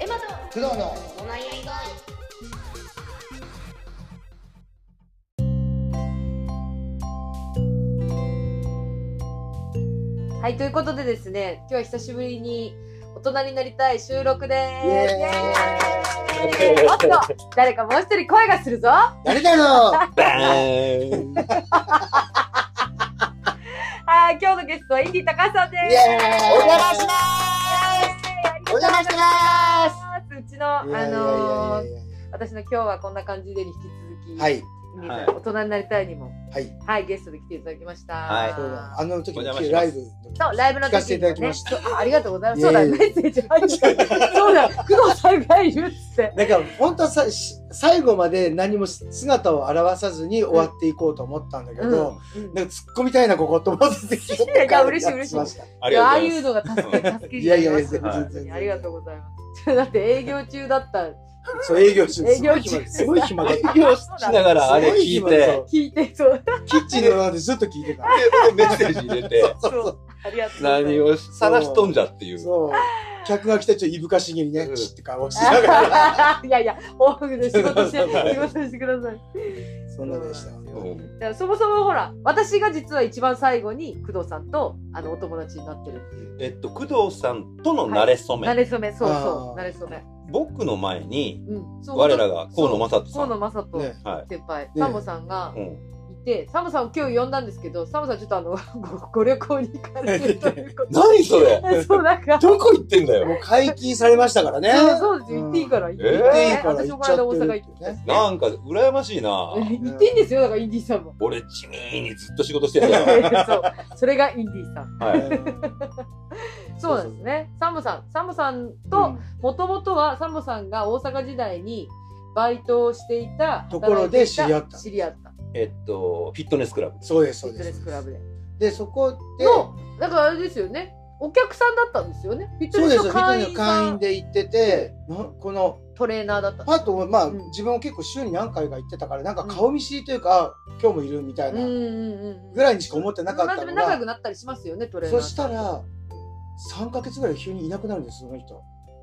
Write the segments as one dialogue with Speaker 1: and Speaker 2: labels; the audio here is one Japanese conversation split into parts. Speaker 1: 工藤の
Speaker 2: お前やりたい
Speaker 3: はい、ということでですね、今日は久しぶりに大人になりたい収録で
Speaker 1: イエ
Speaker 3: す。
Speaker 1: ーイ
Speaker 3: イエーイおっと、誰かもう一人声がするぞ。は
Speaker 1: 誰だろう
Speaker 4: バー
Speaker 3: い、
Speaker 4: ン
Speaker 3: 今日のゲストはインディ高橋さんで
Speaker 1: イ
Speaker 3: す。
Speaker 1: エーイお邪魔しま
Speaker 3: ます
Speaker 1: お邪魔してます
Speaker 3: す。うちの、あ
Speaker 1: いやいやいやいや
Speaker 3: のー、私の今日はこんな感じでに引き続き、、
Speaker 1: はいい
Speaker 4: はい
Speaker 3: 大人になりたいにも、
Speaker 1: はい
Speaker 3: はい、ゲストで来ていただきました。
Speaker 4: はい
Speaker 1: そうだあの時
Speaker 4: お
Speaker 1: の
Speaker 4: 邪魔
Speaker 1: ライ
Speaker 4: します
Speaker 1: ブの時
Speaker 3: そう、ライブの時に、ね、
Speaker 1: 聞かせていただきました
Speaker 3: そうあありがとうございます。
Speaker 1: い
Speaker 3: そ
Speaker 1: えいう
Speaker 3: だ、
Speaker 1: え
Speaker 3: メッセージ入った。そうだ、工藤さんがいるっつって。
Speaker 1: なんか本当はさし最後まで何も姿を現さずに終わっていこうと思ったんだけど、
Speaker 3: うん
Speaker 1: なんか突っ込みたいなここと思ってきて
Speaker 3: いや嬉しい嬉しい
Speaker 1: また
Speaker 4: あ
Speaker 3: い
Speaker 4: り
Speaker 3: やあ
Speaker 4: が
Speaker 3: あ
Speaker 4: とうござ
Speaker 3: いうのが助
Speaker 4: います
Speaker 3: け助けに
Speaker 1: いや
Speaker 3: ないり
Speaker 1: や
Speaker 3: ま
Speaker 1: いや
Speaker 3: すよ
Speaker 1: 全然
Speaker 3: 本当
Speaker 1: 全
Speaker 3: に
Speaker 1: 然
Speaker 3: ありがとうございます。だって営業中だった
Speaker 1: そう営業中
Speaker 3: 営業中
Speaker 1: すごい暇だっ
Speaker 4: 営
Speaker 1: た
Speaker 4: 業しながらあれ聞い
Speaker 1: すご暇
Speaker 4: て
Speaker 1: そう
Speaker 3: 聞いてそう
Speaker 1: キッチンの中でずっと聞いてた
Speaker 4: でメッセージ入れて
Speaker 1: そうそう
Speaker 3: ありがとうございます。
Speaker 4: 何を探しとんじゃっていう
Speaker 1: そう客が来てちょっといぶかしげにね、
Speaker 4: うん
Speaker 1: チッって顔してながら
Speaker 3: いやいや往復で仕事して仕事してください。
Speaker 1: そんなでした
Speaker 4: うん
Speaker 3: いやそもそもほら私が実は一番最後に工藤さんとあのお友達になってるっていう。
Speaker 4: えっと工藤さんとの慣れ初め、
Speaker 3: なれそめそうそ
Speaker 1: あー
Speaker 3: うなれそめ。
Speaker 4: 僕の前に
Speaker 3: うん。そう
Speaker 4: 我らが河野正人さ
Speaker 3: 河
Speaker 4: ん
Speaker 3: 野正人
Speaker 1: ね
Speaker 4: は
Speaker 3: 先輩
Speaker 1: ね
Speaker 3: サモさんが
Speaker 4: い、うん、
Speaker 3: いてサモさんを今日呼んだんですけどサモさんちょっとあのごご旅行に行かれてるということで。
Speaker 4: 何そ れ
Speaker 3: そうなんか。
Speaker 4: どこ行ってんだよ
Speaker 1: もう解禁されましたから ね
Speaker 3: そうそうですよ。言っていいからら。
Speaker 4: え
Speaker 1: 言っていいから
Speaker 3: 私
Speaker 1: 言
Speaker 3: も
Speaker 1: っ
Speaker 3: この
Speaker 1: ち
Speaker 3: 間
Speaker 1: ゃっ
Speaker 3: 大
Speaker 1: て
Speaker 3: 阪
Speaker 1: る
Speaker 3: 行って。
Speaker 1: ね
Speaker 4: なんか羨ましいな
Speaker 3: え言ってんですよ、だからインディーさんも。
Speaker 4: 俺地味にずっと仕事して
Speaker 3: そ
Speaker 4: ん だよ、
Speaker 3: う。それがインディーさん。
Speaker 4: はい、
Speaker 3: そうなんですね。サンボさん。サンボさんと、もともとはサンボさんが大阪時代にバイトをしていた、
Speaker 1: ところで知り合
Speaker 3: 働
Speaker 1: った
Speaker 3: いてい知り合った。
Speaker 4: えっとフィットネスクラブ
Speaker 1: そうです
Speaker 3: フ
Speaker 1: そう
Speaker 3: ィット
Speaker 1: で
Speaker 3: ネス
Speaker 1: す
Speaker 3: クラブで。
Speaker 1: でそこで
Speaker 3: の、だからあれですよね。お客さんだったんですよね。フィット
Speaker 1: そう
Speaker 3: ネ
Speaker 1: で
Speaker 3: ス
Speaker 1: す
Speaker 3: の
Speaker 1: よフィット
Speaker 3: 会
Speaker 1: ネス
Speaker 3: 員
Speaker 1: の
Speaker 3: さ
Speaker 1: 会
Speaker 3: ん
Speaker 1: 員、で行っててなこの
Speaker 3: トレーナーだった。
Speaker 1: パッとまあ、
Speaker 3: うん
Speaker 1: 自分も結構週に何回か行ってたからなんか顔見知りというか、あ今日もいるみたい
Speaker 3: うん
Speaker 1: な
Speaker 3: うんうん。
Speaker 1: ぐらいにしか思ってなかったの
Speaker 3: 仲良く
Speaker 1: が、
Speaker 3: なったりしますよね、トレーナー
Speaker 1: そ
Speaker 3: さん。
Speaker 1: したら3ヶ月ぐらい急にいなくなるんですその人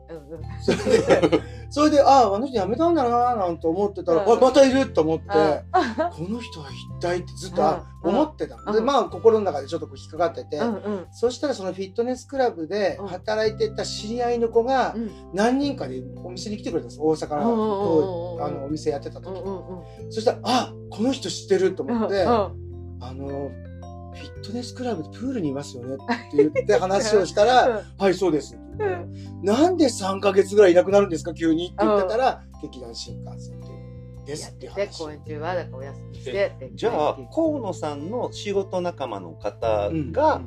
Speaker 3: うんうん
Speaker 1: それで それであああの人辞めたんだなーなんて思ってたら、
Speaker 3: うん
Speaker 1: あまたいると思って、
Speaker 3: あ
Speaker 1: この人は一体ってずっとあ
Speaker 3: うん
Speaker 1: 思ってたの、
Speaker 3: うん
Speaker 1: でまあ心の中でちょっとこう引っかかってて、
Speaker 3: うんうん
Speaker 1: そしたらそのフィットネスクラブで
Speaker 3: うん
Speaker 1: 働いてた知り合いの子が
Speaker 3: うん。
Speaker 1: 何人かでお店に来てくれたんです大阪の
Speaker 3: うんうんうんうん
Speaker 1: あのお店やってた
Speaker 3: う
Speaker 1: 時、
Speaker 3: んうんうん
Speaker 1: そしたらあこの人知ってると思って、
Speaker 3: うんうん
Speaker 1: あのフィットネスクラブでプールにいますよねって言って話をしたらはいそうですって言ってなんで3ヶ月ぐらいいなくなるんですか急にって言ってたら、劇団新幹線っていうですっていう
Speaker 3: で
Speaker 1: 話
Speaker 3: 公演中はだからお休みしてって
Speaker 4: じゃあ河野さんの仕事仲間の方
Speaker 1: うん
Speaker 4: が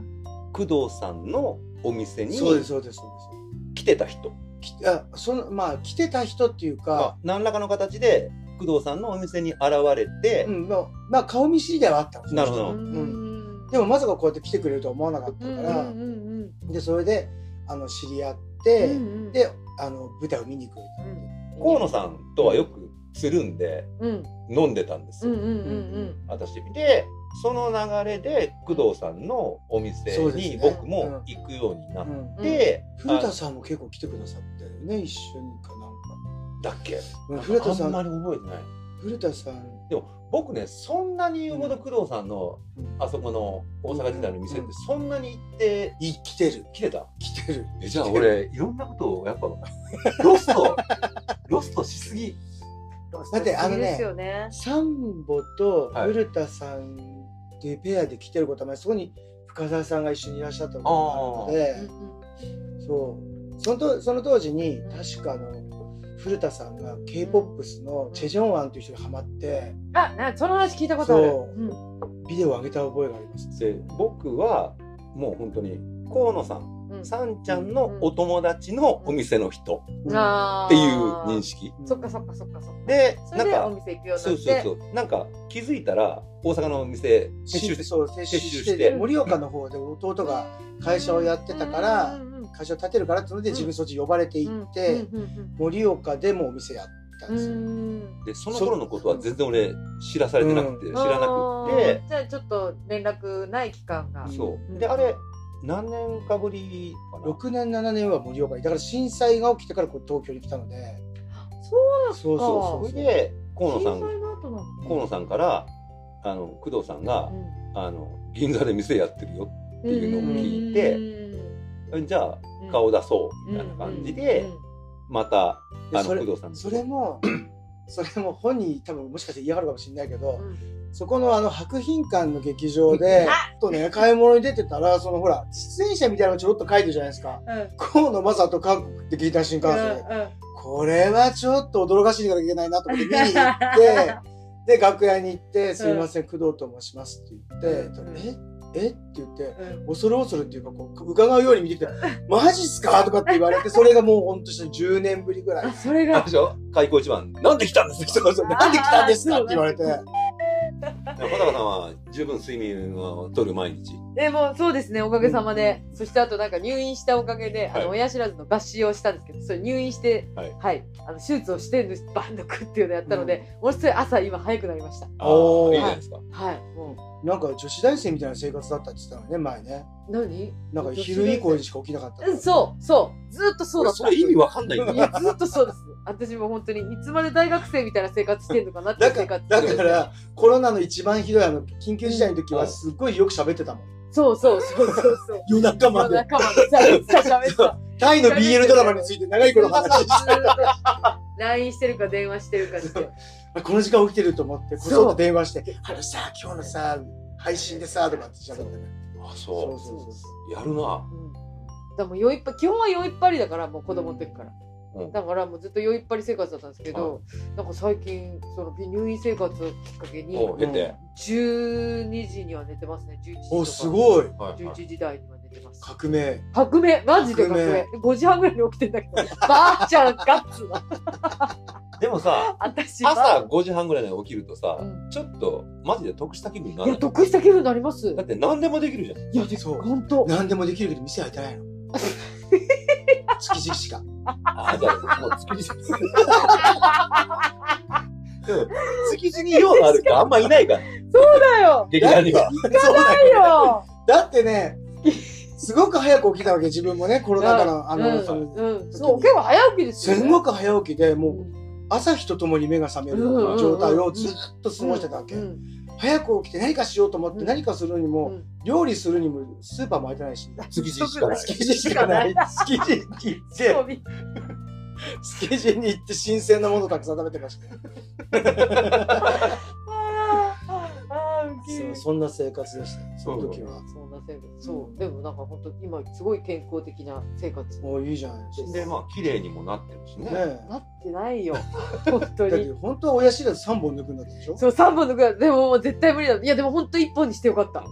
Speaker 4: 工藤さんのお店に
Speaker 1: そうですそうですそう
Speaker 4: 来てた人
Speaker 1: ですきあそのまあ来てた人っていう
Speaker 4: が
Speaker 1: か、
Speaker 4: 何らかの形で工藤さんのお店に現れて
Speaker 1: う、んまあ、まあ顔見知りではあったの
Speaker 4: なるほど
Speaker 1: その人うん
Speaker 3: ん
Speaker 1: でもまさかこうやって来てくれるとは思わなかった
Speaker 3: うんうん
Speaker 1: から、
Speaker 3: うん
Speaker 1: でそれであの知り合っ
Speaker 3: う
Speaker 1: て、
Speaker 3: ん
Speaker 1: であの舞台を見に来る
Speaker 4: 河野さんとはよくつるんで
Speaker 3: うん
Speaker 4: 飲んでたんです
Speaker 3: う
Speaker 4: よ、
Speaker 3: んうんうん
Speaker 4: 私でその流れで工藤さんのお店
Speaker 1: そうです
Speaker 4: に
Speaker 1: ね
Speaker 4: 僕も行くようになっ
Speaker 1: うん
Speaker 4: て、
Speaker 1: 古田さんも結構来てくださってね一緒にかな
Speaker 4: あだっけ
Speaker 1: んか古田さ
Speaker 4: あんま
Speaker 1: ん
Speaker 4: り覚えてない
Speaker 1: 古田さん
Speaker 4: でも僕ねそんなに言うほど工藤さんのあそこの大阪時代の店ってそんなに行って
Speaker 1: い来てる
Speaker 4: 来てた
Speaker 1: 来てる
Speaker 4: えじゃあ俺いろんなことをやっぱロストロストしすぎ
Speaker 1: だってあのね
Speaker 3: ですよね
Speaker 1: サンボと
Speaker 4: はい
Speaker 1: 古田さんでペアで来てることはそこに深澤さんが一緒にいらっしゃったことがある
Speaker 3: うん
Speaker 1: のでそうそのとその当時に確かあの古田さんが k p o p のチェ・ジョンアンという人にハマって
Speaker 3: うんあなその話聞いたことある
Speaker 1: そう
Speaker 3: うん
Speaker 1: ビデオを上げた覚えがあります。
Speaker 4: で僕はもう本当に河野さん
Speaker 3: うん
Speaker 4: さんちゃんのお友達のお店の人
Speaker 3: あー
Speaker 4: っていう認識
Speaker 3: そっかそっかそっかそっか
Speaker 4: で
Speaker 3: それ
Speaker 4: なん
Speaker 3: でお
Speaker 4: か
Speaker 3: 店行くように
Speaker 4: そ
Speaker 3: な
Speaker 4: う
Speaker 3: っ
Speaker 4: そう
Speaker 3: て
Speaker 4: そうなんか気づいたら大阪のお店接
Speaker 1: 接種
Speaker 4: 種して
Speaker 1: そう接種
Speaker 4: 接種
Speaker 1: し
Speaker 4: してて
Speaker 1: で盛岡の方で弟が会社をやってたから
Speaker 3: うんうんうん
Speaker 1: 会社を建てるからってので
Speaker 3: うん
Speaker 1: 自分そっち呼ばれて行って
Speaker 3: うんうん
Speaker 1: 盛岡でもお店やったん
Speaker 3: うん
Speaker 1: ですよ。
Speaker 3: うん
Speaker 4: でその頃のことは全然俺知らされてなくて、
Speaker 1: う
Speaker 4: 知らなくて
Speaker 3: あーじゃあちょっと連絡ない期間が
Speaker 1: うん
Speaker 4: そううんであれ何年かぶりかな
Speaker 1: 6年7年は盛岡にだから震災が起きてからこう東京に来たので
Speaker 3: そうだった
Speaker 1: そうそ
Speaker 4: それで河野さん
Speaker 3: 震災の後なのか
Speaker 4: 河野さんからあの工藤さんが、あの「銀座で店やってるよ
Speaker 3: って
Speaker 4: いうのを聞いてじゃあ顔出そう」みたいな感じで、また
Speaker 1: で
Speaker 4: あの
Speaker 1: それ
Speaker 4: 工藤さんの
Speaker 1: それ もそれも本人多分もしかして嫌がるかもしれないけど、そこのあの博品館の劇場 で、とね、買い物に出てたら、そのほら、出演者みたいなのがちょろっと書いてるじゃないですか。河野正人韓国って聞いた瞬間、これはちょっと驚かしいからいけないなと思って見に行って、 で、楽屋に行って、すいません、工藤と申しますって言って、ええって言って、恐る恐るっていうか、こう、伺うように見てきて、マジっすかとかって言われて、それがもうほんとした10年ぶりぐらい。
Speaker 3: それ
Speaker 4: あれ
Speaker 3: が
Speaker 4: でしょ開口一番なんで来たんです
Speaker 1: そ
Speaker 4: か
Speaker 1: うそう、なんで来たんですかって言われて。
Speaker 4: 穂高さんは十分睡眠をとる毎日
Speaker 3: でもうそうですねおかげさまで、そしてあとなんか入院したおかげで、あ
Speaker 4: はい
Speaker 3: の親知らずの抜歯をしたんですけどそれ入院しては
Speaker 4: はいい、
Speaker 3: あの手術をしてバンドクっていうのやったので、もうすごい朝今早くなりました
Speaker 4: あ
Speaker 1: おー
Speaker 4: ーいいじゃないですか
Speaker 3: はいも
Speaker 1: なんか女子大生みたいな生活だったって言ってたのね、前ね。
Speaker 3: う何
Speaker 1: なんか昼以降にしか起きなかった
Speaker 3: う。んそうそうずーっとそうだった
Speaker 4: それ意味わかんない
Speaker 3: い
Speaker 4: よ
Speaker 3: やずっとそうです私も本当にいつまで大学生みたいな生活してんのかなってい
Speaker 1: だ
Speaker 3: う生
Speaker 1: か
Speaker 3: 活
Speaker 1: だから、コロナの一番ひどいあの、緊急事態の時はすっごいよく喋ってたもん。
Speaker 3: そうそうそうそうそう
Speaker 1: 夜中まで。
Speaker 3: 仲間でさめっちゃ喋った
Speaker 1: タイの BL ドラマについて長いこと話して
Speaker 3: LINE してるか電話してるかして
Speaker 1: この時間起きてると思って、こ
Speaker 3: そう
Speaker 1: そっと電話して、あのさ、今日のさ、配信でさ、とかって喋ってね。
Speaker 4: あそう
Speaker 1: そうそうそ
Speaker 4: やる
Speaker 3: う
Speaker 4: な
Speaker 3: んだからもう酔いっぱい基本は酔いっぱりだからもう子供の時から、
Speaker 4: うん
Speaker 3: だからもうずっと酔いっぱり生活だったんですけど、なんか最近その入院生活をきっかけに
Speaker 4: を経て
Speaker 3: 12時には寝てますね11時とか
Speaker 1: お、すごい。
Speaker 4: はいは
Speaker 3: 11
Speaker 4: い
Speaker 3: 時台には寝てます
Speaker 1: 革命。
Speaker 3: 革命マジで革
Speaker 1: 革
Speaker 3: 命
Speaker 1: 命
Speaker 3: 5時半ぐらいに起きてんだけど ばあちゃんガッツだ
Speaker 4: でもさ
Speaker 3: 私ばあ
Speaker 4: 朝5時半ぐらいに起きるとさ
Speaker 3: うん
Speaker 4: ちょっとマジで得した気分にないる
Speaker 3: や得した気分になります
Speaker 4: だって何でもできるじゃん
Speaker 3: いやで
Speaker 1: そう
Speaker 3: 本当
Speaker 1: 何でもできるけど、店開いてないの。月々しか。
Speaker 4: あじゃあもう月にでも月々用がある人あんまいないから
Speaker 3: だよ
Speaker 4: 劇団には
Speaker 1: そうだ
Speaker 3: だ
Speaker 1: よ
Speaker 3: よ
Speaker 1: だってね、すごく早く起きたわけ、自分もね、コロナ禍の、あ
Speaker 3: う
Speaker 1: の、
Speaker 3: ん
Speaker 1: その、
Speaker 3: うん、そう結構早起きですよ、ね、
Speaker 1: すごく早起きで、もう、
Speaker 3: うん
Speaker 1: 朝日とともに目が覚める状態をずっと過ごしてたわけ、
Speaker 3: うんうん
Speaker 1: 早く起きて何かしようと思って何かするにも、
Speaker 3: うん
Speaker 1: 料理するにもスーパーも開いてないし
Speaker 4: 築地しかない
Speaker 1: 築地しかない築地に行って
Speaker 3: そうみ
Speaker 1: 築地に行って新鮮なものたくさん食べてましたよ
Speaker 3: あーあーウケ
Speaker 1: そう
Speaker 3: る
Speaker 1: そんな生活でしたその時は
Speaker 3: そんな生活そうでもなんか本当今すごい健康的な生 活
Speaker 1: もういいじゃないです
Speaker 4: でまあ綺麗にもなってるし
Speaker 1: か
Speaker 4: ね
Speaker 1: ね
Speaker 3: なってないよ本当
Speaker 1: えだけ
Speaker 3: に
Speaker 1: ど本当は親知らず3本抜くんだったでしょ
Speaker 3: そう3本のぐらいでももう絶対無理だいやでも本当一1本にしてよかった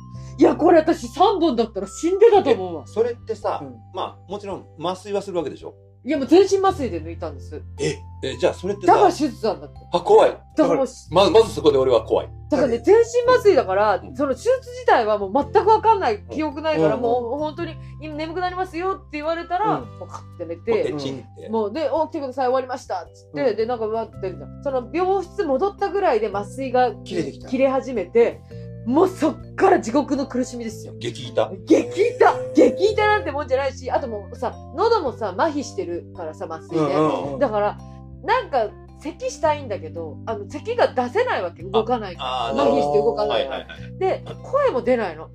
Speaker 3: いやこれ私3本だったら死んでたと思うわ
Speaker 4: それってさ
Speaker 1: うん
Speaker 4: まあもちろん麻酔はするわけでしょ
Speaker 3: いやもう全身麻酔で抜いたんです
Speaker 4: えじゃあそれって
Speaker 3: だから
Speaker 4: さ
Speaker 3: 手術なんだって
Speaker 4: あ怖い
Speaker 3: だからもう
Speaker 4: ままずそこで俺は怖い
Speaker 3: だからね全身麻酔だから
Speaker 4: うん
Speaker 3: その手術自体はもう全く分かんない記憶ないから
Speaker 1: うん
Speaker 3: もう本当に今眠くなりますよって言われたら
Speaker 1: うん
Speaker 3: もうカッて寝
Speaker 4: もう
Speaker 3: て
Speaker 4: でチンって
Speaker 3: もうで、お、来てください、終わりましたっつって、
Speaker 1: うん
Speaker 3: で、なんか、うわって、その病室戻ったぐらいで麻酔が
Speaker 1: 切れてきた
Speaker 3: 始めて、もうそっから地獄の苦しみですよ。
Speaker 4: 激痛
Speaker 3: 激痛激痛なんてもんじゃないし、あともうさ、喉もさ、麻痺してるからさ、麻酔
Speaker 1: うん
Speaker 3: で。
Speaker 1: うんうん
Speaker 3: だから、なんか、咳したいんだけど、あの、咳が出せないわけ、動かないか
Speaker 4: あ
Speaker 3: ら。
Speaker 4: あ
Speaker 1: ー
Speaker 4: な
Speaker 3: 麻痺
Speaker 4: るほ
Speaker 3: して動か
Speaker 4: ど
Speaker 3: な
Speaker 4: はいい
Speaker 3: か
Speaker 4: はい
Speaker 3: ら。
Speaker 4: はい
Speaker 3: で、声も出ないの。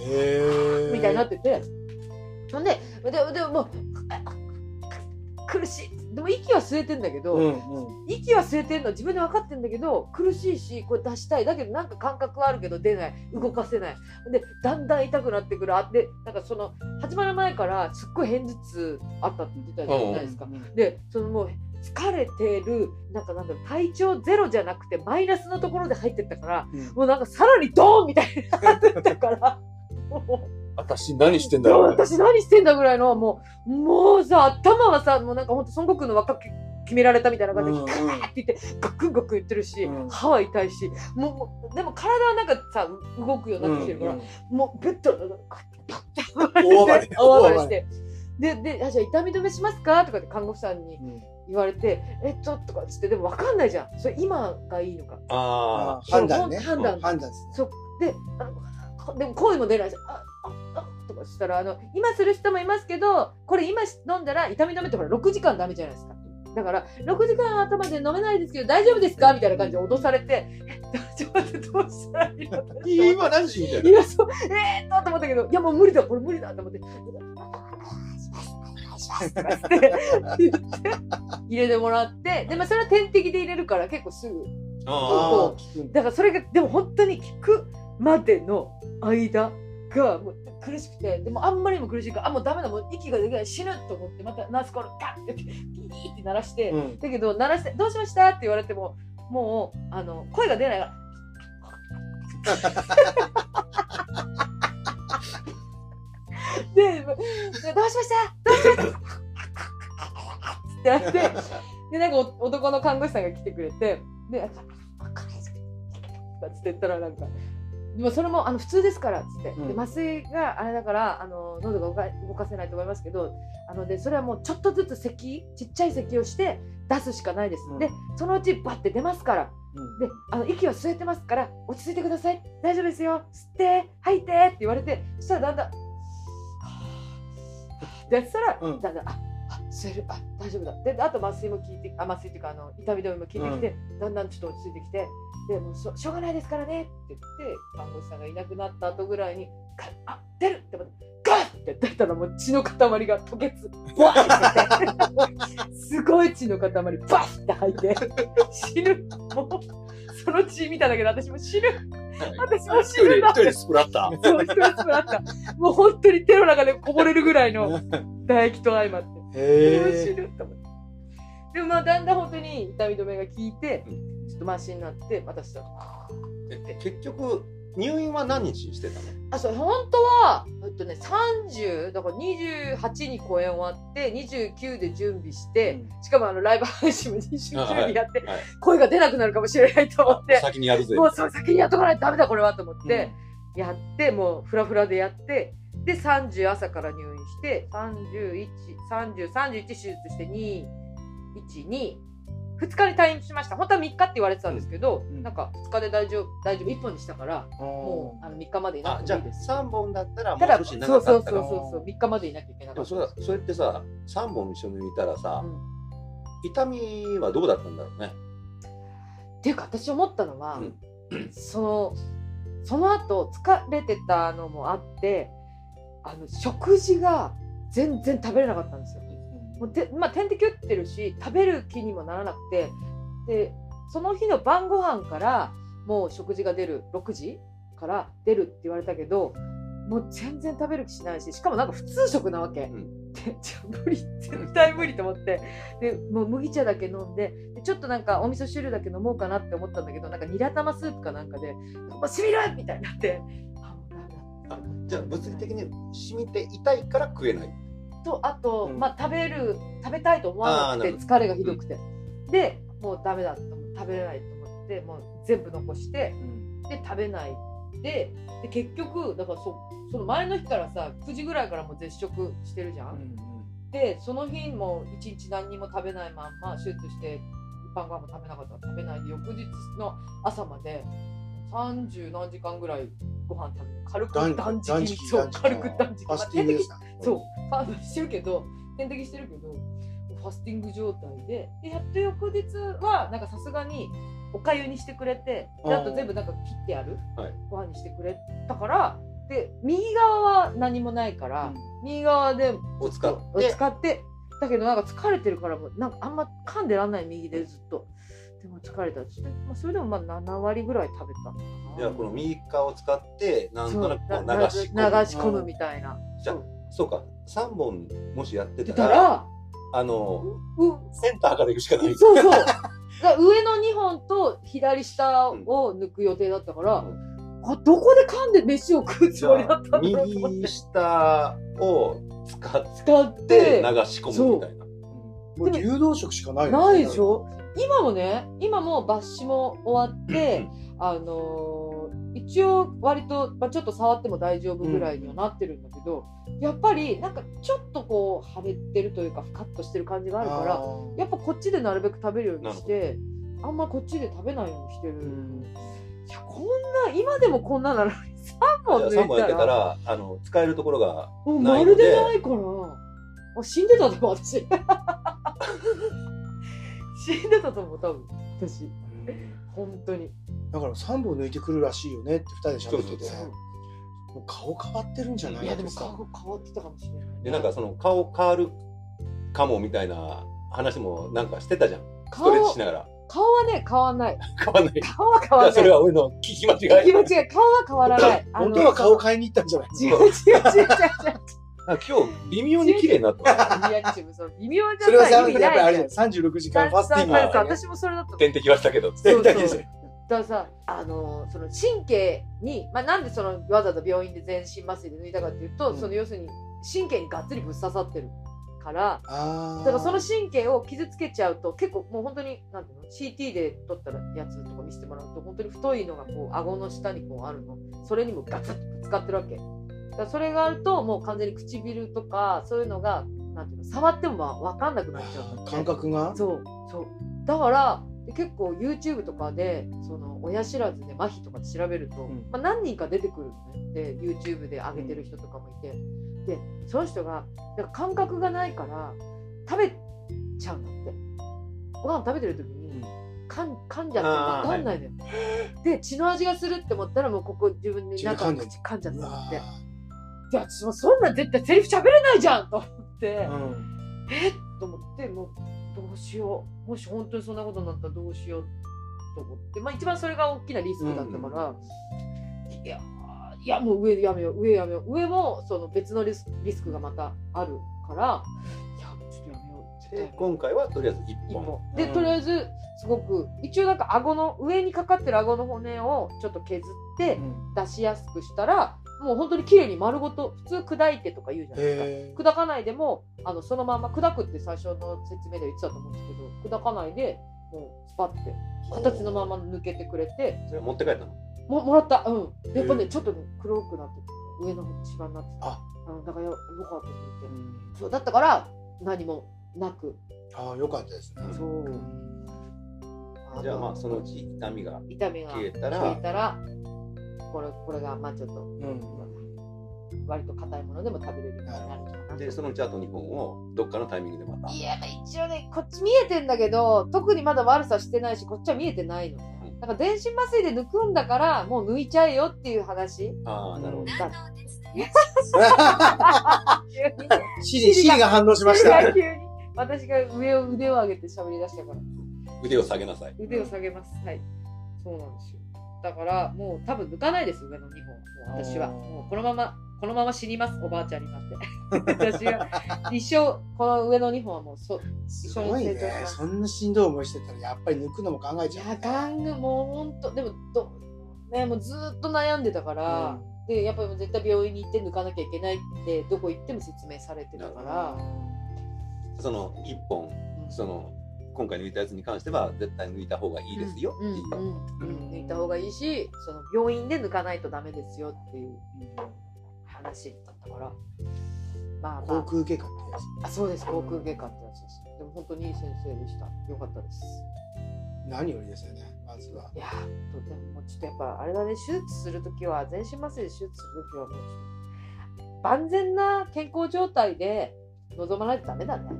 Speaker 1: へー
Speaker 3: みたいになってて、ほんで、で、でもう、苦しい。でも息は吸えてんだけど、
Speaker 1: うんうん
Speaker 3: 息は吸えてんの自分で分かってんだけど苦しいしこれ出したいだけどなんか感覚はあるけど出ない動かせないでだんだん痛くなってくるあでなんかその始まる前からすっごい片頭痛あったって言ってたじゃないですか、でそのもう疲れてるなんかなんだろう体調ゼロじゃなくてマイナスのところで入ってったから
Speaker 1: うん
Speaker 3: もうなんかさらにドーンみたいになってったから。もう
Speaker 4: 私何してんだ
Speaker 3: どう
Speaker 4: ろう
Speaker 3: 私何してんだぐらいのもうもうさ頭はさもうなんかほんと孫悟空の若く決められたみたいな感じで
Speaker 1: うんうん
Speaker 3: ガーって言ってガクンガクン言ってるし、
Speaker 1: うん
Speaker 3: 歯は痛いしもうもうでも体はなんかさ動くようになってきてるから、
Speaker 1: うんうん
Speaker 3: もうベッドの中でパッて
Speaker 1: 大暴れ
Speaker 3: 大暴れして。でであじゃあ痛み止めしますかとかって看護婦さんに
Speaker 1: うん
Speaker 3: 言われて「えっと」とかっつってでも分かんないじゃんそれ今がいいのか
Speaker 4: あ
Speaker 1: あー判断ね
Speaker 3: 判断
Speaker 1: 判断ですね
Speaker 3: そうであのでも声も出ないしあああかしたらあの今する人もいますけどこれ今飲んだら痛み止めってほら6時間ダメじゃないですかだから6時間頭で飲めないですけど大丈夫ですかみたいな感じで脅されてえちょっと待ってどうしたらいいの
Speaker 4: 今何時みたいない
Speaker 3: やそうえー、っとと思ったけどいやもう無理だこれ無理だと思って。言って入れてもらってで、まあ、それは点滴で入れるから結構すぐ
Speaker 4: あ
Speaker 1: あ
Speaker 3: こ
Speaker 1: ー聞くんだ
Speaker 3: だからそれがでも本当に聞くまでの間がもう苦しくてでもあんまりにも苦しいからあもうダメだもう息ができない死ぬと思ってまたナースコールガッてピーって鳴らして、
Speaker 1: うん
Speaker 3: だけど鳴らして「どうしました?」って言われてももうあの声が出ないから。で「どうしましたどうしました?」ってやってでなんかお男の看護師さんが来てくれて「であわかんないですけどとかっつって言ったらなんか。でもそれもあの普通ですからっつって、
Speaker 1: うん
Speaker 3: で麻酔があれだからあの喉が動か動かせないと思いますけどあのでそれはもうちょっとずつ咳ちっちゃい咳をして出すしかないです、
Speaker 1: うん
Speaker 3: でそのうちバッて出ますから
Speaker 1: うん
Speaker 3: であの息は吸えてますから落ち着いてください大丈夫ですよ吸って吐いてって言われてそしたらだんだんは ぁってやってたら、
Speaker 1: うん
Speaker 3: だんだんああ吸えるあ大丈夫だであと麻酔も効いてあ麻酔っていうかあの痛み止めも効いてきて、だんだんちょっと落ち着いてきてでもうしょしょうがないですからねって言って看護師さんがいなくなった後ぐらいにガッあ出るって思ってガッって出たらもう血の塊が吐血 ボワッてすごい血の塊バッて吐いて死ぬもうその血見ただけで私も死ぬ私も死ぬなって
Speaker 4: スプラッター
Speaker 3: そう一人ずつなったもう本当に手の中でこぼれるぐらいの唾液と相まって死
Speaker 1: へえ
Speaker 3: ぬと思ってでもまあだんだん本当に痛み止めが効いて
Speaker 4: う
Speaker 3: ちょっとマシになってまたした
Speaker 4: え結局入院は何日してたの
Speaker 3: あそう本当はえっとね30だから28に公演終わって29で準備して、しかもあのライブ配信も29にやって、
Speaker 4: はい
Speaker 3: 声が出なくなるかもしれないと思って
Speaker 4: 先にやるぜ
Speaker 3: もうそれ先にやっとかないとダメだこれはと思って、やってもうフラフラでやってで30朝から入院して313031手術して2122日に退院しました本当は3日って言われてたんですけど、
Speaker 1: うん
Speaker 3: なんか2日で大丈夫大丈夫1本にしたから、も
Speaker 1: も
Speaker 3: うあの3日までいな
Speaker 4: あ
Speaker 3: く
Speaker 4: じ
Speaker 3: て
Speaker 4: ゃ
Speaker 3: いいです
Speaker 4: あ三本だったらも
Speaker 3: た
Speaker 4: う
Speaker 3: だ
Speaker 4: 少
Speaker 3: そ
Speaker 4: し
Speaker 3: うそ
Speaker 4: 長
Speaker 3: うそ
Speaker 4: か
Speaker 3: う
Speaker 4: ったか
Speaker 3: そう3日までいなきゃいけなか
Speaker 4: でも
Speaker 3: った
Speaker 4: それはそれってさ三本一緒にいたらさ、
Speaker 3: うん
Speaker 4: 痛みはどうだったんだろうね、
Speaker 3: っていうか私思ったのは、
Speaker 4: うん
Speaker 3: そのその後疲れてたのもあってあの食事が全然食べれなかったんですよ。もうでまあ、点滴打ってるし食べる気にもならなくてでその日の晩ご飯からもう食事が出る6時から出るって言われたけどもう全然食べる気しないししかもなんか普通食なわけ、
Speaker 4: ん
Speaker 3: でじゃあ無理絶対無理と思ってでもう麦茶だけ飲んででちょっとなんかお味噌汁だけ飲もうかなって思ったんだけどなんかニラ玉スープかなんかで「もうしみる!」みたいになってあもうダメだ
Speaker 4: あじゃあ物理的に染みて痛いから食えない
Speaker 3: とあと、
Speaker 1: うん
Speaker 3: まあ食べる食べたいと思わなく
Speaker 4: あー
Speaker 3: て
Speaker 4: なる
Speaker 3: 疲れがひどくて、でもうダメだと思って食べれないと思ってもう全部残してで食べないでで結局だからそその前の日からさ9時ぐらいからもう絶食してるじゃん、でその日も一日何にも食べないまんま手術して晩ご飯も食べなかったから食べないで翌日の朝まで30何時間ぐらいご飯食べて軽く
Speaker 1: 断
Speaker 3: 断
Speaker 1: 断
Speaker 3: 食
Speaker 1: 食
Speaker 3: そう
Speaker 1: 断食
Speaker 3: 軽く断食
Speaker 1: ファスティングですか
Speaker 3: そう、ファンしてるけど、点滴してるけど、ファスティング状態で、でやっと翌日は、なんかさすがに、おかゆにしてくれて、であと全部なんか切ってある、
Speaker 4: はい
Speaker 3: ご飯にしてくれたから、で、右側は何もないから、右側で
Speaker 4: を使っ
Speaker 3: を
Speaker 4: て
Speaker 3: 使って、だけどなんか疲れてるから、もうなんかあんま噛んでらんない右でずっと。でも疲れたし、まあ、それでもまあ7割ぐらい食べたのかな。
Speaker 4: じゃあこの右側を使ってなんとなくこ
Speaker 3: そ
Speaker 4: う
Speaker 3: う
Speaker 4: 流し
Speaker 3: な
Speaker 4: 込
Speaker 3: 流
Speaker 4: む
Speaker 3: し込むみたいな。
Speaker 4: じゃあ
Speaker 3: そう
Speaker 4: そうか三本もしやって
Speaker 3: 出
Speaker 4: た
Speaker 3: た
Speaker 4: ら
Speaker 3: ら、
Speaker 4: あの
Speaker 3: う
Speaker 4: センターから行くしかない
Speaker 3: そうそう。だから上の2本と左下を抜く予定だったから、
Speaker 4: う
Speaker 3: あどこで噛んで飯を食うつ
Speaker 4: じ
Speaker 3: もりだ
Speaker 4: ゃ
Speaker 3: っ
Speaker 4: あ
Speaker 3: たんだろうと思って
Speaker 4: 右下を使っ
Speaker 3: 使ってて
Speaker 4: 流し込むみたいな
Speaker 1: もう流動食しかない
Speaker 3: ないでしょ今もね今も抜歯も終わってあのー一応割と、まあ、ちょっと触っても大丈夫ぐらいにはなってるんだけど、やっぱりなんかちょっとこう腫れてるというかふかっとしてる感じがあるからやっぱこっちでなるべく食べるようにしてあんまこっちで食べないようにしてる、
Speaker 1: ん
Speaker 3: いやこんな今でもこんななのに3本
Speaker 4: 3本
Speaker 3: 抜
Speaker 4: や
Speaker 3: い
Speaker 4: って
Speaker 3: たら
Speaker 4: たらあの使えるところが
Speaker 3: もう
Speaker 4: な
Speaker 3: ま
Speaker 4: いの
Speaker 3: るで
Speaker 4: で
Speaker 3: ないからあ死んでたと思う私死んでたと思う多分私本当に
Speaker 1: だから3本抜いてくるらしいよねって2人で喋ってて
Speaker 4: そうそう
Speaker 1: もう顔変わってるんじゃない
Speaker 3: いやでも
Speaker 1: ってさ
Speaker 3: 顔が変わってたかもしれない
Speaker 4: でなんかその顔変わるかもみたいな話もなんかしてたじゃんストレッチ
Speaker 3: 顔
Speaker 4: しながら
Speaker 3: 顔はね変わんない
Speaker 4: 変わんないい
Speaker 3: 顔は変わん
Speaker 4: やそ
Speaker 3: な
Speaker 4: れ
Speaker 3: い
Speaker 4: は俺の聞き間違い
Speaker 3: 気持ちが顔は変わらないあの
Speaker 1: 本当は顔変えに行ったんじゃない
Speaker 3: 違う違う違う違う違う
Speaker 4: あ今日微妙に綺麗になった
Speaker 3: リアクションその微妙じ
Speaker 1: それは
Speaker 3: ゃ
Speaker 1: さ
Speaker 3: な
Speaker 1: や
Speaker 3: い意味
Speaker 1: っぱり
Speaker 3: な
Speaker 1: あ
Speaker 3: い
Speaker 1: れ
Speaker 3: じゃん
Speaker 1: だよ36時
Speaker 3: さ
Speaker 1: 間
Speaker 3: あ
Speaker 1: ファスティングだ
Speaker 3: さ
Speaker 1: か
Speaker 3: あ
Speaker 1: らね
Speaker 3: 私もそれだった
Speaker 4: 点滴はしたけど
Speaker 3: そう
Speaker 1: 絶対ですよ
Speaker 3: だからさあのーその神経に、まあ、なんでそのわざわざ病院で全身麻酔で抜いたかっていうと、
Speaker 1: うん
Speaker 3: その要するに神経にがっつりぶっ刺さってるから
Speaker 1: あ
Speaker 3: だ
Speaker 1: ー
Speaker 3: からその神経を傷つけちゃうと結構もう本当になんていうの CT で取ったやつとか見せてもらうと本当に太いのがこう顎の下にこうあるのそれにもガツッとぶつかってるわけだからそれがあるともう完全に唇とかそういうのがなんていうの触ってもまあ分かんなくなっちゃうんだって
Speaker 1: 感覚が
Speaker 3: そうそうだから結構 YouTube とかでその親知らずで麻痺とか調べると、
Speaker 1: ん
Speaker 3: まあ、何人か出てくるので YouTube で上げてる人とかもいて、でその人がなんか感覚がないから食べちゃうんだってご飯食べてる時に噛ん噛んじゃって
Speaker 4: あー
Speaker 3: 分かんないのよ、で血の味がするって思ったらもうここ自分でなんか
Speaker 1: 自分で噛んでる
Speaker 3: 口噛んじゃったん
Speaker 1: う
Speaker 3: だ
Speaker 1: わ
Speaker 3: ってで私もそんなん絶対セリフ喋れないじゃんと思って。
Speaker 1: ーうん
Speaker 3: えっと思ってもうどうしようもし本当にそんなことになったらどうしようと思って、まあ、一番それが大きなリスクだったから、いやーいやもう上やめよう上やめよう上もその別のリスリスクがまたあるからいやちょっとやめよう絶対やめ
Speaker 4: で
Speaker 3: よう
Speaker 4: 今回はとりあえず1
Speaker 3: 一
Speaker 4: 本
Speaker 3: 本で
Speaker 1: うん
Speaker 3: とりあえずすごく一応なんか顎の上にかかってる顎の骨をちょっと削って
Speaker 1: うん
Speaker 3: 出しやすくしたらもう本当に綺麗に丸ごと普通砕いてとか言うじゃないですか。
Speaker 1: へー
Speaker 3: 砕かないでもあのそのまま砕くって最初の説明では言ってたと思うんですけど砕かないでもうスパッて形のまま抜けてくれて
Speaker 4: それ持って帰ったの
Speaker 3: ももらったうんやっぱね、
Speaker 1: へえ
Speaker 3: ちょっとね黒くなってて上の芝になって
Speaker 1: あ
Speaker 3: たうんだからよよかったと思って、
Speaker 1: うん
Speaker 3: そうだったから何もなく
Speaker 1: ああよかったですね
Speaker 3: そう
Speaker 4: じゃあまあ
Speaker 3: と
Speaker 4: そのうち痛みが
Speaker 3: 痛みが
Speaker 4: 消えたら
Speaker 3: 消えたらこれこれがまあちょっと
Speaker 1: うん
Speaker 3: 割と硬いものでも食べれるようになるかな
Speaker 4: でそのうちあと2本をどっかのタイミングでまた
Speaker 3: いや、まあ一応ね、こっち見えてんだけど、特にまだ悪さしてないし、こっちは見えてないのね。なんか電子麻酔で抜くんだから、もう抜いちゃえよっていう話。
Speaker 4: ああなるほど
Speaker 3: だ
Speaker 1: シリシリが反応しました
Speaker 3: 急に私が上を腕を上げて喋り出したから、
Speaker 4: 腕を下げなさい
Speaker 3: 腕を下げます。はい。そうなんですよ。だから、もう多分抜かないです、上の2本。もう私は。
Speaker 1: あー
Speaker 3: もうこのまま、このまま死にます、おばあちゃんになって。私は、一生、この上の2本はもう、そう、
Speaker 1: すごいねそんなしんどい思いしてたらやっぱり抜くのも考え
Speaker 3: い
Speaker 1: ちゃう
Speaker 3: やガングもうほんとでもど、ね、もうずーっと悩んでたから、でやっぱりもう絶対病院に行って抜かなきゃいけないってどこ行っても説明されてたから、
Speaker 4: その1本
Speaker 3: うん
Speaker 4: その今回抜いたやつに関しては絶対抜いた方がいいですよって
Speaker 3: うん
Speaker 4: いううん
Speaker 3: うん抜いた方がいいしその病院で抜かないとダメですよっていう話だったからまあま
Speaker 1: 航
Speaker 3: あ
Speaker 1: 空外科って
Speaker 3: あ
Speaker 1: や
Speaker 3: そうです航空外科ってやつですでも本当にいい先生でしたよかったです
Speaker 1: つ何よりですよねまずはい
Speaker 3: やーとでももうちょっとやっぱあれだね手術するときは全身麻酔で手術するときはもうちょっと万全な健康状態で臨まないとダメだね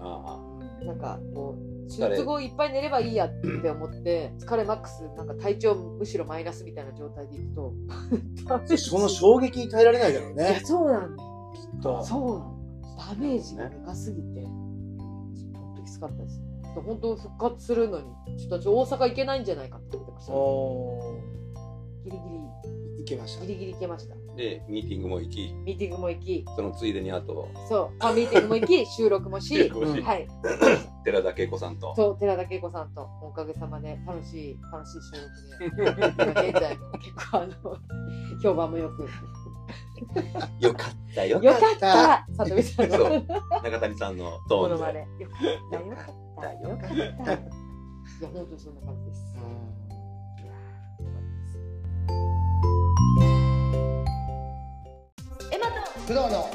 Speaker 4: あ
Speaker 3: なんかこう
Speaker 4: 疲れ
Speaker 3: 手術後いっぱい寝ればいいやって思って疲れマックスなんか体調むしろマイナスみたいな状態でいくとダメージ
Speaker 1: その衝撃に耐えられないだろう
Speaker 3: いや
Speaker 1: ね
Speaker 3: そうなんだ
Speaker 1: きっと
Speaker 3: そうなんだダメージがでかすぎて本当にきつかったですね本当復活するのにちょっと大阪行けないんじゃないかって言ってました
Speaker 1: お
Speaker 3: ギリギリ
Speaker 1: ーいけました
Speaker 3: ギリギリ行けました
Speaker 4: あでミーティングも行き
Speaker 3: ミーティングも行き
Speaker 4: そのついでにあと
Speaker 3: そうあミーティングも行 き収録もし
Speaker 4: 結構し
Speaker 1: うん
Speaker 3: はい
Speaker 4: 寺田恵子さん と
Speaker 3: と寺田恵子さんとおかげさまで楽しい楽しい収録で今現在も結構あの評判もよく
Speaker 4: よかったよ
Speaker 3: よ
Speaker 4: か
Speaker 3: か
Speaker 4: っ
Speaker 3: った里見さん
Speaker 4: そ
Speaker 3: の
Speaker 4: うた中谷さんのト
Speaker 3: も
Speaker 4: ー
Speaker 3: の
Speaker 4: ン
Speaker 3: ま
Speaker 4: で
Speaker 3: ねよかったよかったよかったいや本当にそんな感じです
Speaker 1: う
Speaker 3: よか
Speaker 1: ん
Speaker 3: ったですエマと
Speaker 1: 工藤の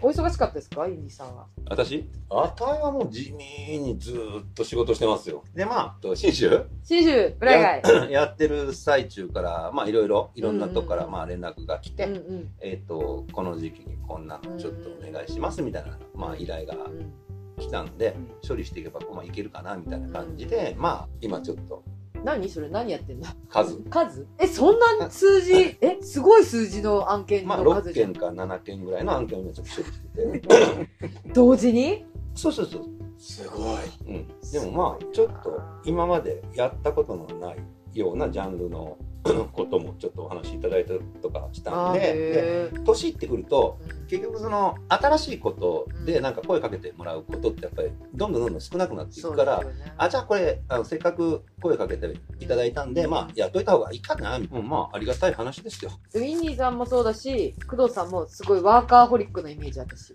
Speaker 3: お忙しかったですか、インディさんは。
Speaker 4: 私あたいはもう地味にずーっと仕事してますよ。
Speaker 2: でま
Speaker 4: と信州
Speaker 3: シジブライガイ。
Speaker 4: やってる最中から、まあいろいろ、いろんなとこか
Speaker 3: うん
Speaker 4: ら
Speaker 3: うん
Speaker 4: まあ連絡が来て、
Speaker 3: うんうん
Speaker 4: えっ、と、この時期にこんなのちょっとお願いしますみたいな、まあ依頼が
Speaker 3: う
Speaker 4: 来たんで
Speaker 2: うん、
Speaker 4: 処理していけば、まあいけるかなみたいな感じで、まあ今ちょっと
Speaker 3: ん。何それ何やってんだ
Speaker 4: 数、
Speaker 3: 数えそんな数字えすごい数字の案件
Speaker 4: まあ
Speaker 3: の
Speaker 4: 6
Speaker 3: 数じゃん、
Speaker 4: 件か7件ぐらいの案件を今ちょっと処理してて、
Speaker 3: 同時に
Speaker 4: そうそうそう。
Speaker 1: すごい。
Speaker 4: うん、でもまあちょっと今までやったことのないようなジャンルの こともちょっとお話しいただいたりとかしたんでで
Speaker 3: へー
Speaker 4: 年いってくると結局その新しいこと
Speaker 3: う
Speaker 4: で
Speaker 3: ん
Speaker 4: なんか声かけてもらうことってやっぱりどんどんどんどん少なくなってい
Speaker 3: そ
Speaker 4: く
Speaker 3: う
Speaker 4: か
Speaker 3: です
Speaker 4: ら
Speaker 3: よ。ね
Speaker 4: あじゃあこれあのせっかく声かけていただいたんで、まあやっといた方がいいかな、うん、まあありがたい話ですよ、
Speaker 3: ウィンニーさんもそうだし工藤さんもすごいワーカーホリックのイメージ私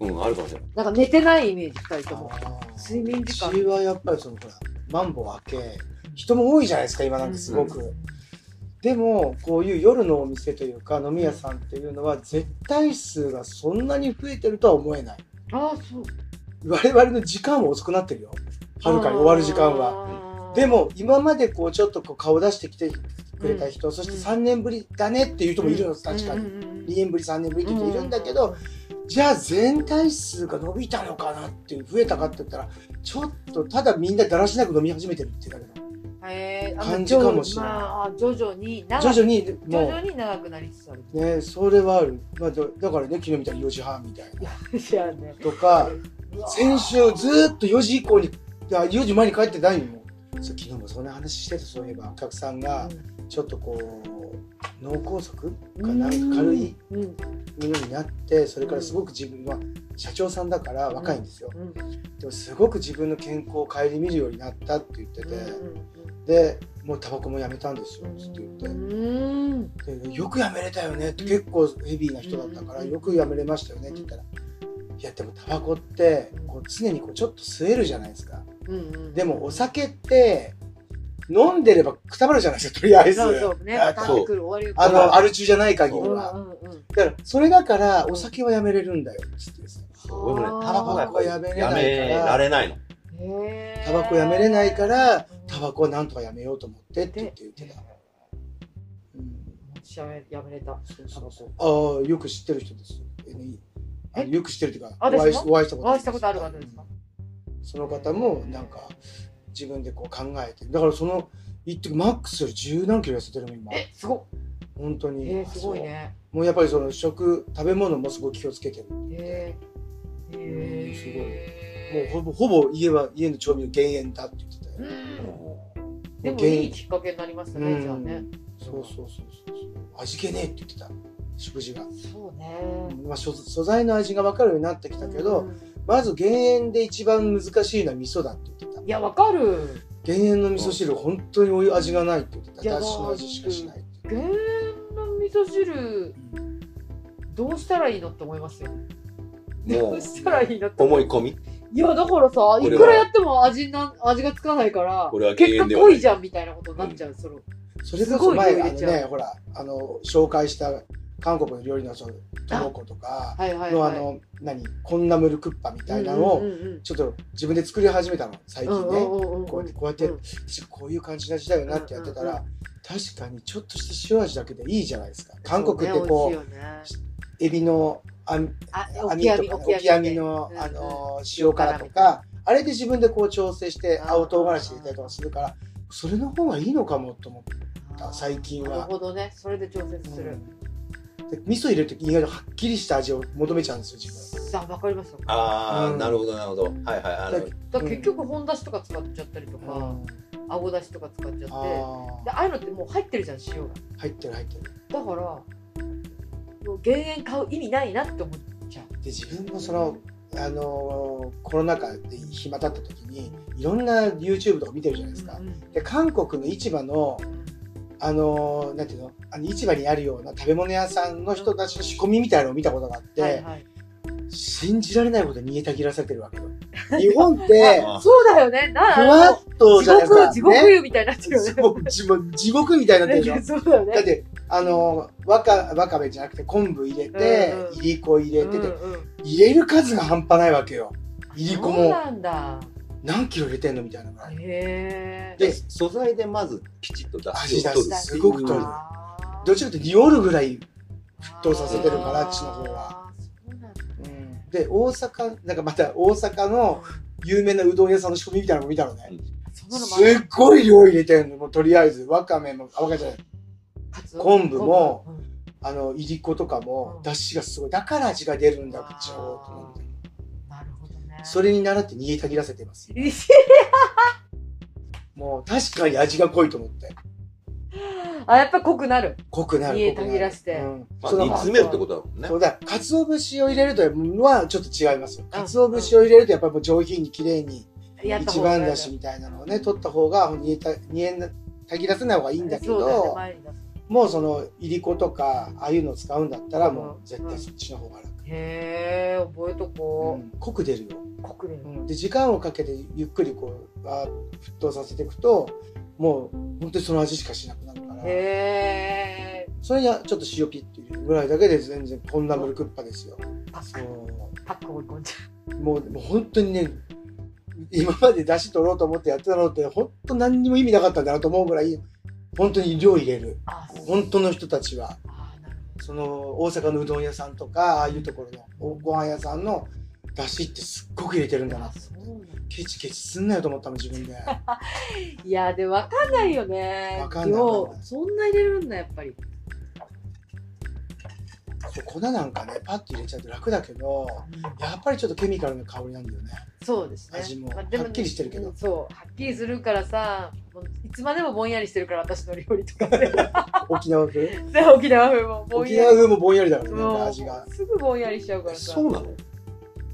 Speaker 4: うん、あるかもしれない
Speaker 3: なんか寝てないイメージ2人とも
Speaker 1: う
Speaker 3: 睡眠時間
Speaker 1: ちはやっぱりそのほらマンボウ明け人も多いじゃないですか今なんかすごく、でもこういう夜のお店というか飲み屋さんっていうのは絶対数がそんなに増えてるとは思えない
Speaker 3: ああそう
Speaker 1: 我々の時間は遅くなってるよはるかに終わる時間は
Speaker 3: は
Speaker 1: でも今までこうちょっとこう顔出してきてくれた人、そして3年ぶりだねっていう人もいるの確かに、2年ぶり3年ぶりって人いるんだけど、じゃあ全体数が伸びたのかなっていう増えたかって言ったらちょっとただみんなだらしなく飲み始めてるっていうだけ
Speaker 3: え
Speaker 1: 感じかもしれない
Speaker 3: まあ、徐々に長
Speaker 1: だ
Speaker 3: く
Speaker 1: 徐々に
Speaker 3: 徐
Speaker 1: も
Speaker 3: 々に長くなりつつある
Speaker 1: うねそれはある、まあ、だだからね昨日みたいに4時半みたいな
Speaker 3: じゃあね
Speaker 1: とか
Speaker 3: うわー
Speaker 1: 先週ずーっと4時以降にあ4時前に帰ってないのもそう昨日もそんな話してたそういえばお客さんがちょっとこう脳梗塞
Speaker 3: う
Speaker 1: かなんか軽い
Speaker 3: うんうん
Speaker 1: ものになってそれからすごく自分は社長さんだから若いんですよ、
Speaker 3: うん
Speaker 1: でもすごく自分の健康を顧みるようになったって言ってて、
Speaker 3: うん
Speaker 1: でもうタバコもやめたんですよって
Speaker 3: う
Speaker 1: 言っ
Speaker 3: ーん
Speaker 1: てでよくやめれたよねって結構ヘビーな人だったから
Speaker 3: うん
Speaker 1: よくやめれましたよねって言ったらいやでもタバコってこう常にこうちょっと吸えるじゃないですか
Speaker 3: うんうん
Speaker 1: でもお酒って飲んでればくたばるじゃないですかとりあえず
Speaker 3: そうそうね、
Speaker 1: あ
Speaker 3: パターンってくる終わり
Speaker 1: あ
Speaker 3: が来る
Speaker 1: のアル中じゃない限り
Speaker 3: うん
Speaker 1: は
Speaker 3: うんうん
Speaker 1: だからそれだからお酒はやめれるんだよって言ってですね
Speaker 4: そうね
Speaker 3: あー
Speaker 4: タバコがやっぱり
Speaker 1: やめれない
Speaker 4: や
Speaker 1: から
Speaker 4: められないの
Speaker 3: へー
Speaker 1: タバコやめれないからタバコをなんとかやめようと思ってって言って言ってた、うん
Speaker 3: 私やめやめれた
Speaker 1: そうそうそう。ああ、よく知ってる人です。NE あ
Speaker 3: え
Speaker 1: よく知ってるというか、お
Speaker 3: あ
Speaker 1: 会いし
Speaker 3: 私
Speaker 1: お会いしたこと
Speaker 3: お会いしたことある方ですか
Speaker 1: その方も、なんか、自分でこう考えて、だからその、一時マックスより十何キロ痩せてるの、今。
Speaker 3: えすご
Speaker 1: 本当
Speaker 3: い
Speaker 1: に。
Speaker 3: えー、すごいね
Speaker 1: そう。もうやっぱりその食、食べ物もすごい気をつけてる。
Speaker 3: へえ
Speaker 1: うんすごいもう
Speaker 3: へ
Speaker 1: ほぼ、ほぼ家は、家の調味料減塩だって言ってたよ。
Speaker 3: えで
Speaker 1: 減
Speaker 3: もいいきっかけになりましたね、
Speaker 1: うん
Speaker 3: じゃあね
Speaker 1: そうそうそうそうそう。味気ねえって言ってた。食事が。
Speaker 3: そう
Speaker 1: う
Speaker 3: ね
Speaker 1: んまあ、素素材の味が分かるようになってきたけど、
Speaker 3: うん
Speaker 1: まず減塩で一番難しいのは味噌だって言ってた
Speaker 3: い。やわかる
Speaker 1: 減塩の味噌汁本当にお湯味がないって言ってた
Speaker 3: いや
Speaker 1: だしの味しかしないって
Speaker 3: 減塩の味噌汁どうしたらいいのって思いますよねど
Speaker 4: も
Speaker 3: うしたらいいのって
Speaker 4: 思い込み
Speaker 3: いやだからさい
Speaker 4: れは
Speaker 3: くらやっても味な味がつかないから
Speaker 4: これは減
Speaker 3: 結果
Speaker 4: 塩ではな
Speaker 3: 濃
Speaker 4: い
Speaker 3: いじゃんみたいなことになっちゃう、その
Speaker 1: それ
Speaker 3: す
Speaker 1: こそ
Speaker 3: ごい
Speaker 1: 前
Speaker 3: 料
Speaker 1: あ
Speaker 3: 理
Speaker 1: の
Speaker 3: じゃん
Speaker 1: ねほらあの紹介した韓国の料理のそのトロコとか
Speaker 3: はいはい
Speaker 1: の
Speaker 3: はい
Speaker 1: あの何コンナムルクッパみたいなの
Speaker 3: うん
Speaker 1: を
Speaker 3: うんうん
Speaker 1: ちょっと自分で作り始めたの最
Speaker 3: うん
Speaker 1: 近
Speaker 3: うん
Speaker 1: ね
Speaker 3: うんうん
Speaker 1: こうやってこうやって
Speaker 3: うん
Speaker 1: 私こういう感じの味だよなってやってた
Speaker 3: うんうん
Speaker 1: ら確かにちょっとした塩味だけでいいじゃないですか韓国って
Speaker 3: そう
Speaker 1: こ
Speaker 3: ね美味しいよね
Speaker 1: うエビの網
Speaker 3: あ
Speaker 1: 網とかオキアミの
Speaker 3: うんうん
Speaker 1: あの塩辛とかあれで自分でこう調整して
Speaker 3: うん
Speaker 1: 青唐辛子入れたりとかするからそれの方がいいのかもと思ってた最近は
Speaker 3: なるほどねそれで調節する、
Speaker 1: で味噌入れるとき意外とはっきりした味を求めちゃうんですよ自分
Speaker 3: さあわかりますよだか
Speaker 4: ああ、
Speaker 1: うん
Speaker 4: なるほどなるほどはいはいあの
Speaker 1: だ
Speaker 3: ら結局本だしとか使っちゃったりとか、
Speaker 1: うん
Speaker 3: 青だしとか使っちゃって
Speaker 1: あ
Speaker 3: でああいうのってもう入ってるじゃん塩が
Speaker 1: ー入ってる入ってる
Speaker 3: だからもう減塩買う意味ないなって思っちゃう
Speaker 1: で自分もそのあのーコロナ禍で暇だった時にいろんな YouTube とか見てるじゃないですか
Speaker 3: うんうん
Speaker 1: で韓国の市場のあのーなんていうのあの市場にあるような食べ物屋さんの人たちの仕込みみたいなのを見たことがあって、
Speaker 3: はいはい
Speaker 1: 信じられないことに煮えたぎらされてるわけよ。 日 本って、
Speaker 4: あ
Speaker 3: そうだよね。な
Speaker 1: ふわっと
Speaker 3: 地
Speaker 1: じゃないですか。
Speaker 3: 獄、地獄
Speaker 1: ね
Speaker 3: 湯みたいになっちゃう
Speaker 1: 地
Speaker 3: よ
Speaker 1: 獄地獄地獄みたいになって
Speaker 3: ね。
Speaker 1: るでしょ
Speaker 3: ね。 そうだよね。
Speaker 1: だって、あの、わか、わかめじゃなくて昆布入れて
Speaker 3: うんうん、
Speaker 1: いりこ入れて
Speaker 3: うん
Speaker 1: て、
Speaker 3: うん
Speaker 1: 入れる数が半端ないわけよ。いりこ
Speaker 3: そう
Speaker 1: も
Speaker 3: なんだ。
Speaker 1: 何キロ入れてんのみたいなぐらい。
Speaker 3: へえ。
Speaker 4: で素材でまずきちっと出汁を取
Speaker 1: 味
Speaker 4: る
Speaker 1: 出すすごく取る
Speaker 3: あー
Speaker 1: どちらかというと匂るぐらい。
Speaker 3: 沸
Speaker 1: 騰させてるからあっちの方は。で、大阪、なんかまた大阪の有名なうどん屋さんの仕組みみたいなのも見たのね。
Speaker 3: そんなのもあ
Speaker 1: すっごい量入れてんの。もうとりあえず、わかめも、あ、わかめじゃない。昆布も、あの、いりことかも、出汁がすごい。だから味が出るんだ、口を。と思って。
Speaker 3: なるほどね。
Speaker 1: そ
Speaker 3: れ。
Speaker 1: れに習って煮えたぎらせています。もう確かに味が濃いと思って。
Speaker 3: あ、やっぱ濃くなる。
Speaker 1: 濃くなる。
Speaker 3: 煮え
Speaker 1: 濃くなる
Speaker 3: たぎらして
Speaker 1: うん
Speaker 4: まあ
Speaker 1: そ
Speaker 4: 煮
Speaker 1: の
Speaker 4: 詰めるってことだもんね
Speaker 1: そうだ、鰹節を入れるとはちょっと違いますよ。鰹節を入れるとやっぱりもう上品に綺麗に
Speaker 3: やった
Speaker 1: 一
Speaker 3: 方がいい
Speaker 1: 番だしみたいなのをね、取った方が煮えた、煮えたぎらせない方がいいんだけ
Speaker 3: そうだよね
Speaker 1: ど、
Speaker 3: 前に出す
Speaker 1: もうその、いりことか、ああいうのを使うんだったらも
Speaker 3: うん
Speaker 1: う絶対そっちの方が楽。
Speaker 3: へえ、覚えと
Speaker 1: う
Speaker 3: こ
Speaker 1: ん濃く出るよ。
Speaker 3: う。濃くね。
Speaker 1: うんで、時間をかけてゆっくりこう、わーっと沸騰させていくと、もう本当にその味しかしなくなるから。
Speaker 3: へえ。
Speaker 1: それにはちょっと塩ピッて入れるぐらいだけで全然ポンダブルクッパですよ。
Speaker 3: パック、
Speaker 1: も
Speaker 3: パック追い込んじゃ
Speaker 1: うもうもう本当にね、今まで出汁取ろうと思ってやってたのって本当何にも意味なかったんだなと思うぐらい、本当に量入れる。
Speaker 3: う。あ、そう。
Speaker 1: 本当の人たちは、
Speaker 3: あなる
Speaker 1: その大阪のうどん屋さんとか、ああいうところのおご飯屋さんの出汁ってすっごく入れてるん
Speaker 3: ほ
Speaker 1: だ
Speaker 3: ど。
Speaker 1: な
Speaker 3: あ、。そうなんだ。
Speaker 1: ケチケチすんなよと思ったの自分で。
Speaker 3: いやでわかんないよね。
Speaker 1: わかんない
Speaker 3: 量
Speaker 1: わかんない
Speaker 3: そんな入れるんだやっぱり。
Speaker 1: そう粉なんかね、パッて入れちゃうと楽だけど、やっぱりちょっとケミカルな香りなんだ よね。
Speaker 3: そうですね。
Speaker 1: 味も
Speaker 3: でね
Speaker 1: はっきりしてるけど
Speaker 3: うんそうはっきりするからさ、もういつまでもぼんやりしてるから私の料理 とかね。
Speaker 1: 沖縄風
Speaker 3: で沖縄風もぼん
Speaker 1: 沖
Speaker 3: や
Speaker 1: 縄
Speaker 3: り。
Speaker 1: 風もぼんやりだからね、なん
Speaker 3: も
Speaker 1: か
Speaker 3: う
Speaker 1: 味が。
Speaker 3: すぐぼんやりしちゃうからさ。
Speaker 4: そうなの
Speaker 3: い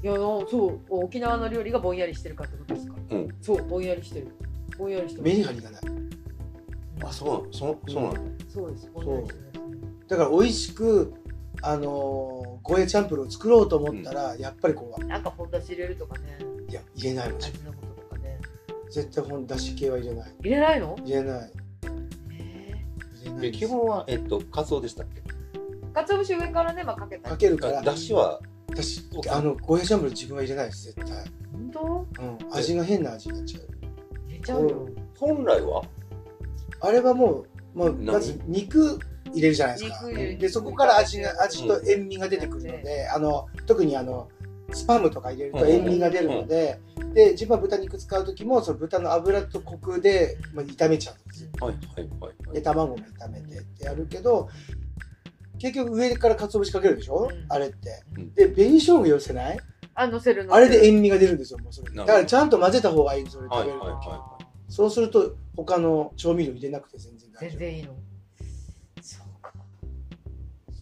Speaker 3: やそう沖縄の料理がぼんやりしてるかってことですか。
Speaker 4: うん
Speaker 3: そうぼんやりしてる。ぼんやりして
Speaker 1: メ
Speaker 3: る。
Speaker 1: リハリがない。
Speaker 4: あそうなのそそうなの
Speaker 3: そうです。ぼんやりしてる。
Speaker 1: だから美味しく、あのー、ゴーヤチャンプルーを作ろうと思ったら、やっぱりこ
Speaker 3: なんか本出し入れるとかね。
Speaker 1: う、いや、入れないの。
Speaker 3: 味の素とかね。
Speaker 1: 絶対本だし系は入れない。
Speaker 3: 入れないの？
Speaker 1: 入れない。
Speaker 3: え
Speaker 1: 入れない
Speaker 4: で
Speaker 1: です
Speaker 4: 基本はえっとカツオでしたっけ
Speaker 3: え。鰹節上からねまあかけた
Speaker 1: か
Speaker 3: り。
Speaker 1: けるから、
Speaker 4: だしは
Speaker 1: 私、あの、ゴーヤチャンプルー自分は入れないです、絶対。
Speaker 3: 本当？
Speaker 1: うん。味が変な味になっちゃう。
Speaker 3: 入れちゃうよ。
Speaker 4: 本来は
Speaker 1: あれはもう、まあ、
Speaker 4: 何
Speaker 1: まず肉入れるじゃないですか。
Speaker 3: 肉入れる
Speaker 1: で、そこから味が、味と塩味が出てくるので、あの、特にあの、スパムとか入れると塩味が出るので、で、自分は豚肉使う時も、その豚の脂とコクで、まあ、炒めちゃうんですよ。
Speaker 4: はいはいはいは
Speaker 1: で、
Speaker 4: い
Speaker 1: 卵も炒めてってやるけど、結局上から鰹節かけるでしょ
Speaker 3: うん
Speaker 1: あれって
Speaker 4: うん。
Speaker 1: で、紅生姜寄せない
Speaker 3: あ乗せるの。
Speaker 1: あれで塩味が出るんですよ、もうそれ。
Speaker 4: なるほ
Speaker 1: だ
Speaker 4: ど
Speaker 1: からちゃんと混ぜた方がいい、それ食べるの
Speaker 4: はいはい
Speaker 1: そうすると、他の調味料入れなくて全然大
Speaker 3: 全
Speaker 1: 丈夫。
Speaker 3: 然いいの。そうか。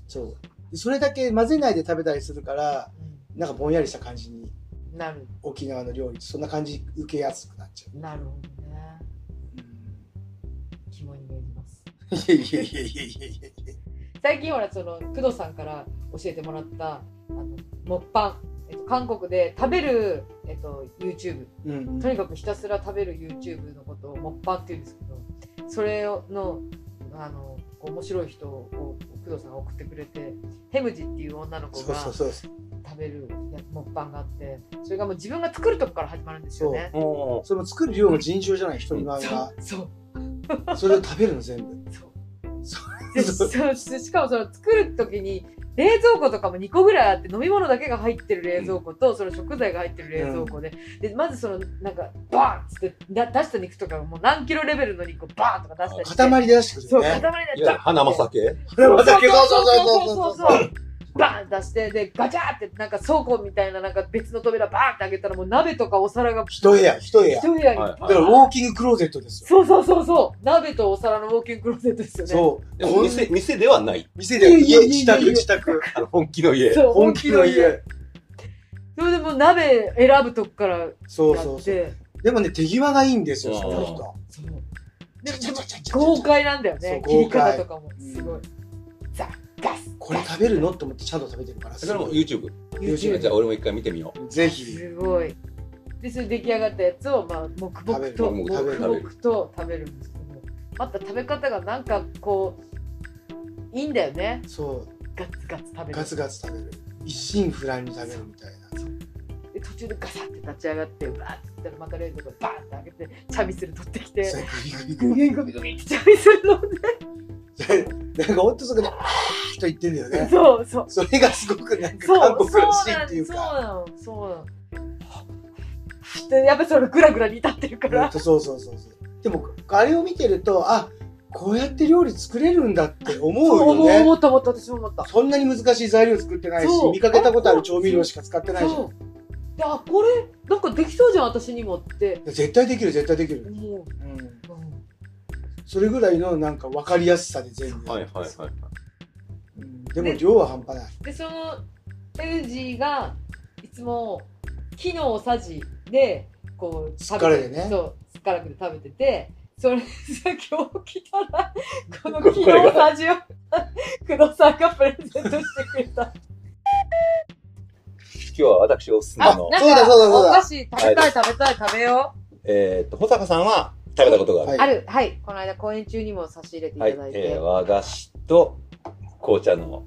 Speaker 1: そう。でそれだけ混ぜないで食べたりするから、なんかぼんやりした感じに、
Speaker 3: うんなる
Speaker 1: 沖縄の料理、そんな感じ受けやすくなっちゃう。
Speaker 3: なるほどね。肝に銘じます。
Speaker 1: いやいやいやいやいやいや
Speaker 3: 最近ほらその工藤さんから教えてもらったあのモッパン、えっと、韓国で食べるえっと YouTube
Speaker 1: うん
Speaker 3: とにかくひたすら食べる YouTube のことをモッパンって言うんですけど、それのあのこう面白い人を工藤さんが送ってくれて、ヘムジっていう女の子
Speaker 1: そう
Speaker 3: が
Speaker 1: そうそうそう。
Speaker 3: 食べるやモッパンがあって、それがもう自分が作るとこから始まるんですよね。
Speaker 4: おー
Speaker 1: それも作る量も尋常じゃない、人の場合
Speaker 3: そう
Speaker 1: は。
Speaker 3: そう
Speaker 1: それを食べるの全部。
Speaker 3: そう。
Speaker 1: そ
Speaker 3: でそう ししかもその作る時に冷蔵庫とかも2個ぐらいあって飲み物だけが入ってる冷蔵庫とその食材が入ってる冷蔵庫で,、でまずそのなんかバーンっつってな出した肉とかがもう何キロレベルの肉をバーンとか出したりして
Speaker 1: 塊で出してくる
Speaker 3: そう
Speaker 1: よ
Speaker 3: 塊
Speaker 1: ね。
Speaker 3: で
Speaker 4: いや花
Speaker 3: ま
Speaker 4: 正家
Speaker 1: これまたけど
Speaker 3: そうそうそう
Speaker 1: そう
Speaker 3: そう
Speaker 1: そう
Speaker 3: そうバーン出してでガチャーってなんか倉庫みたいななんか別の扉バーンって開けたらもう鍋とかお皿が
Speaker 1: 一部屋、一部屋。
Speaker 3: 一部屋に、
Speaker 4: はいはい
Speaker 1: だからウォーキングクローゼットですよ。
Speaker 3: そうそうそうそう鍋とお皿のウォーキングクローゼットですよね
Speaker 1: そう。
Speaker 4: でも店店ではない
Speaker 1: 店で
Speaker 3: いやいやいや
Speaker 1: 家、
Speaker 3: いや
Speaker 1: 自宅、自宅。
Speaker 4: あの本気の家
Speaker 3: そう
Speaker 1: 本気の家。
Speaker 3: それでもう鍋選ぶとこからやって
Speaker 1: そうそうそう。でもね、手際がいいんですよ、
Speaker 4: うん
Speaker 1: その人。
Speaker 3: そう
Speaker 1: ちゃちゃちゃちゃちゃ
Speaker 3: 豪快なんだよね
Speaker 1: そう
Speaker 3: 切り
Speaker 1: 豪快
Speaker 3: 方とかもすごい、
Speaker 1: うん
Speaker 3: ザガス
Speaker 1: これ食べるのと思ってちゃんと食べてるから。
Speaker 4: それも
Speaker 1: す
Speaker 4: YouTube
Speaker 1: ごい
Speaker 4: じゃあ俺も一回見てみよ
Speaker 1: ぜひ。
Speaker 3: すごいでそれ出来上がったやつをまあ黙々と
Speaker 4: 食べる
Speaker 3: 黙
Speaker 4: 食べる
Speaker 3: 々と食べるんですけどまた食べ方がなんかこういいんだよね
Speaker 1: そう
Speaker 3: ガツガツ食べる
Speaker 1: ガツガツ食べる一心不乱に食べるみたいな
Speaker 3: で途中でガサって立ち上がってうわーっつったらマカレーとかバーンって開けてチャミスル取ってきて
Speaker 1: そうグリグ
Speaker 3: グ
Speaker 1: リ
Speaker 3: ビグビグビってチャミスル飲んで
Speaker 1: で なんかほんとそこで「あー」と言ってるよね
Speaker 3: そうそう
Speaker 1: それがすごくなんか
Speaker 3: そ
Speaker 1: 韓
Speaker 3: う
Speaker 1: 国
Speaker 3: そう
Speaker 1: らしい
Speaker 3: な
Speaker 1: ってい
Speaker 3: の
Speaker 1: う
Speaker 3: そう
Speaker 1: か
Speaker 3: なのそうなのでやっぱりそれグラグラ煮立ってるか
Speaker 1: ほん
Speaker 3: ら
Speaker 1: とそうそうそうそうでもあれを見てるとあこうやって料理作れるんだって思う
Speaker 3: そう
Speaker 1: よね
Speaker 3: 思うと思った私も思った
Speaker 1: そんなに難しい材料作ってないし
Speaker 3: そう
Speaker 1: 見かけたことある調味料しか使ってないじゃん
Speaker 3: そうであこれなんかできそうじゃん私にもって
Speaker 1: 絶対できる絶対できる、
Speaker 3: も
Speaker 1: うん、
Speaker 3: う、うん
Speaker 1: それぐらいのなんか分かりやすさで全部、
Speaker 4: はいはいはいはい。
Speaker 1: うんでも量は半端ない
Speaker 3: でそのエルジーがいつも木のおさじでこう
Speaker 1: すっからでね
Speaker 3: そうすっからくで食べててそれさ今日来た らこの木のおさじを工藤さんがプレゼントしてくれた
Speaker 4: 今日は私おすすめの、
Speaker 1: そうだそうだそうだ
Speaker 3: お菓子食べたい食べたい食べよ
Speaker 4: えっと保坂さんは食べたことが
Speaker 1: は
Speaker 4: ある。
Speaker 3: う、
Speaker 1: い
Speaker 3: あるはいこの間公演中にも差し入れてい
Speaker 4: はい
Speaker 3: ただいて、
Speaker 4: えー和菓子と紅茶の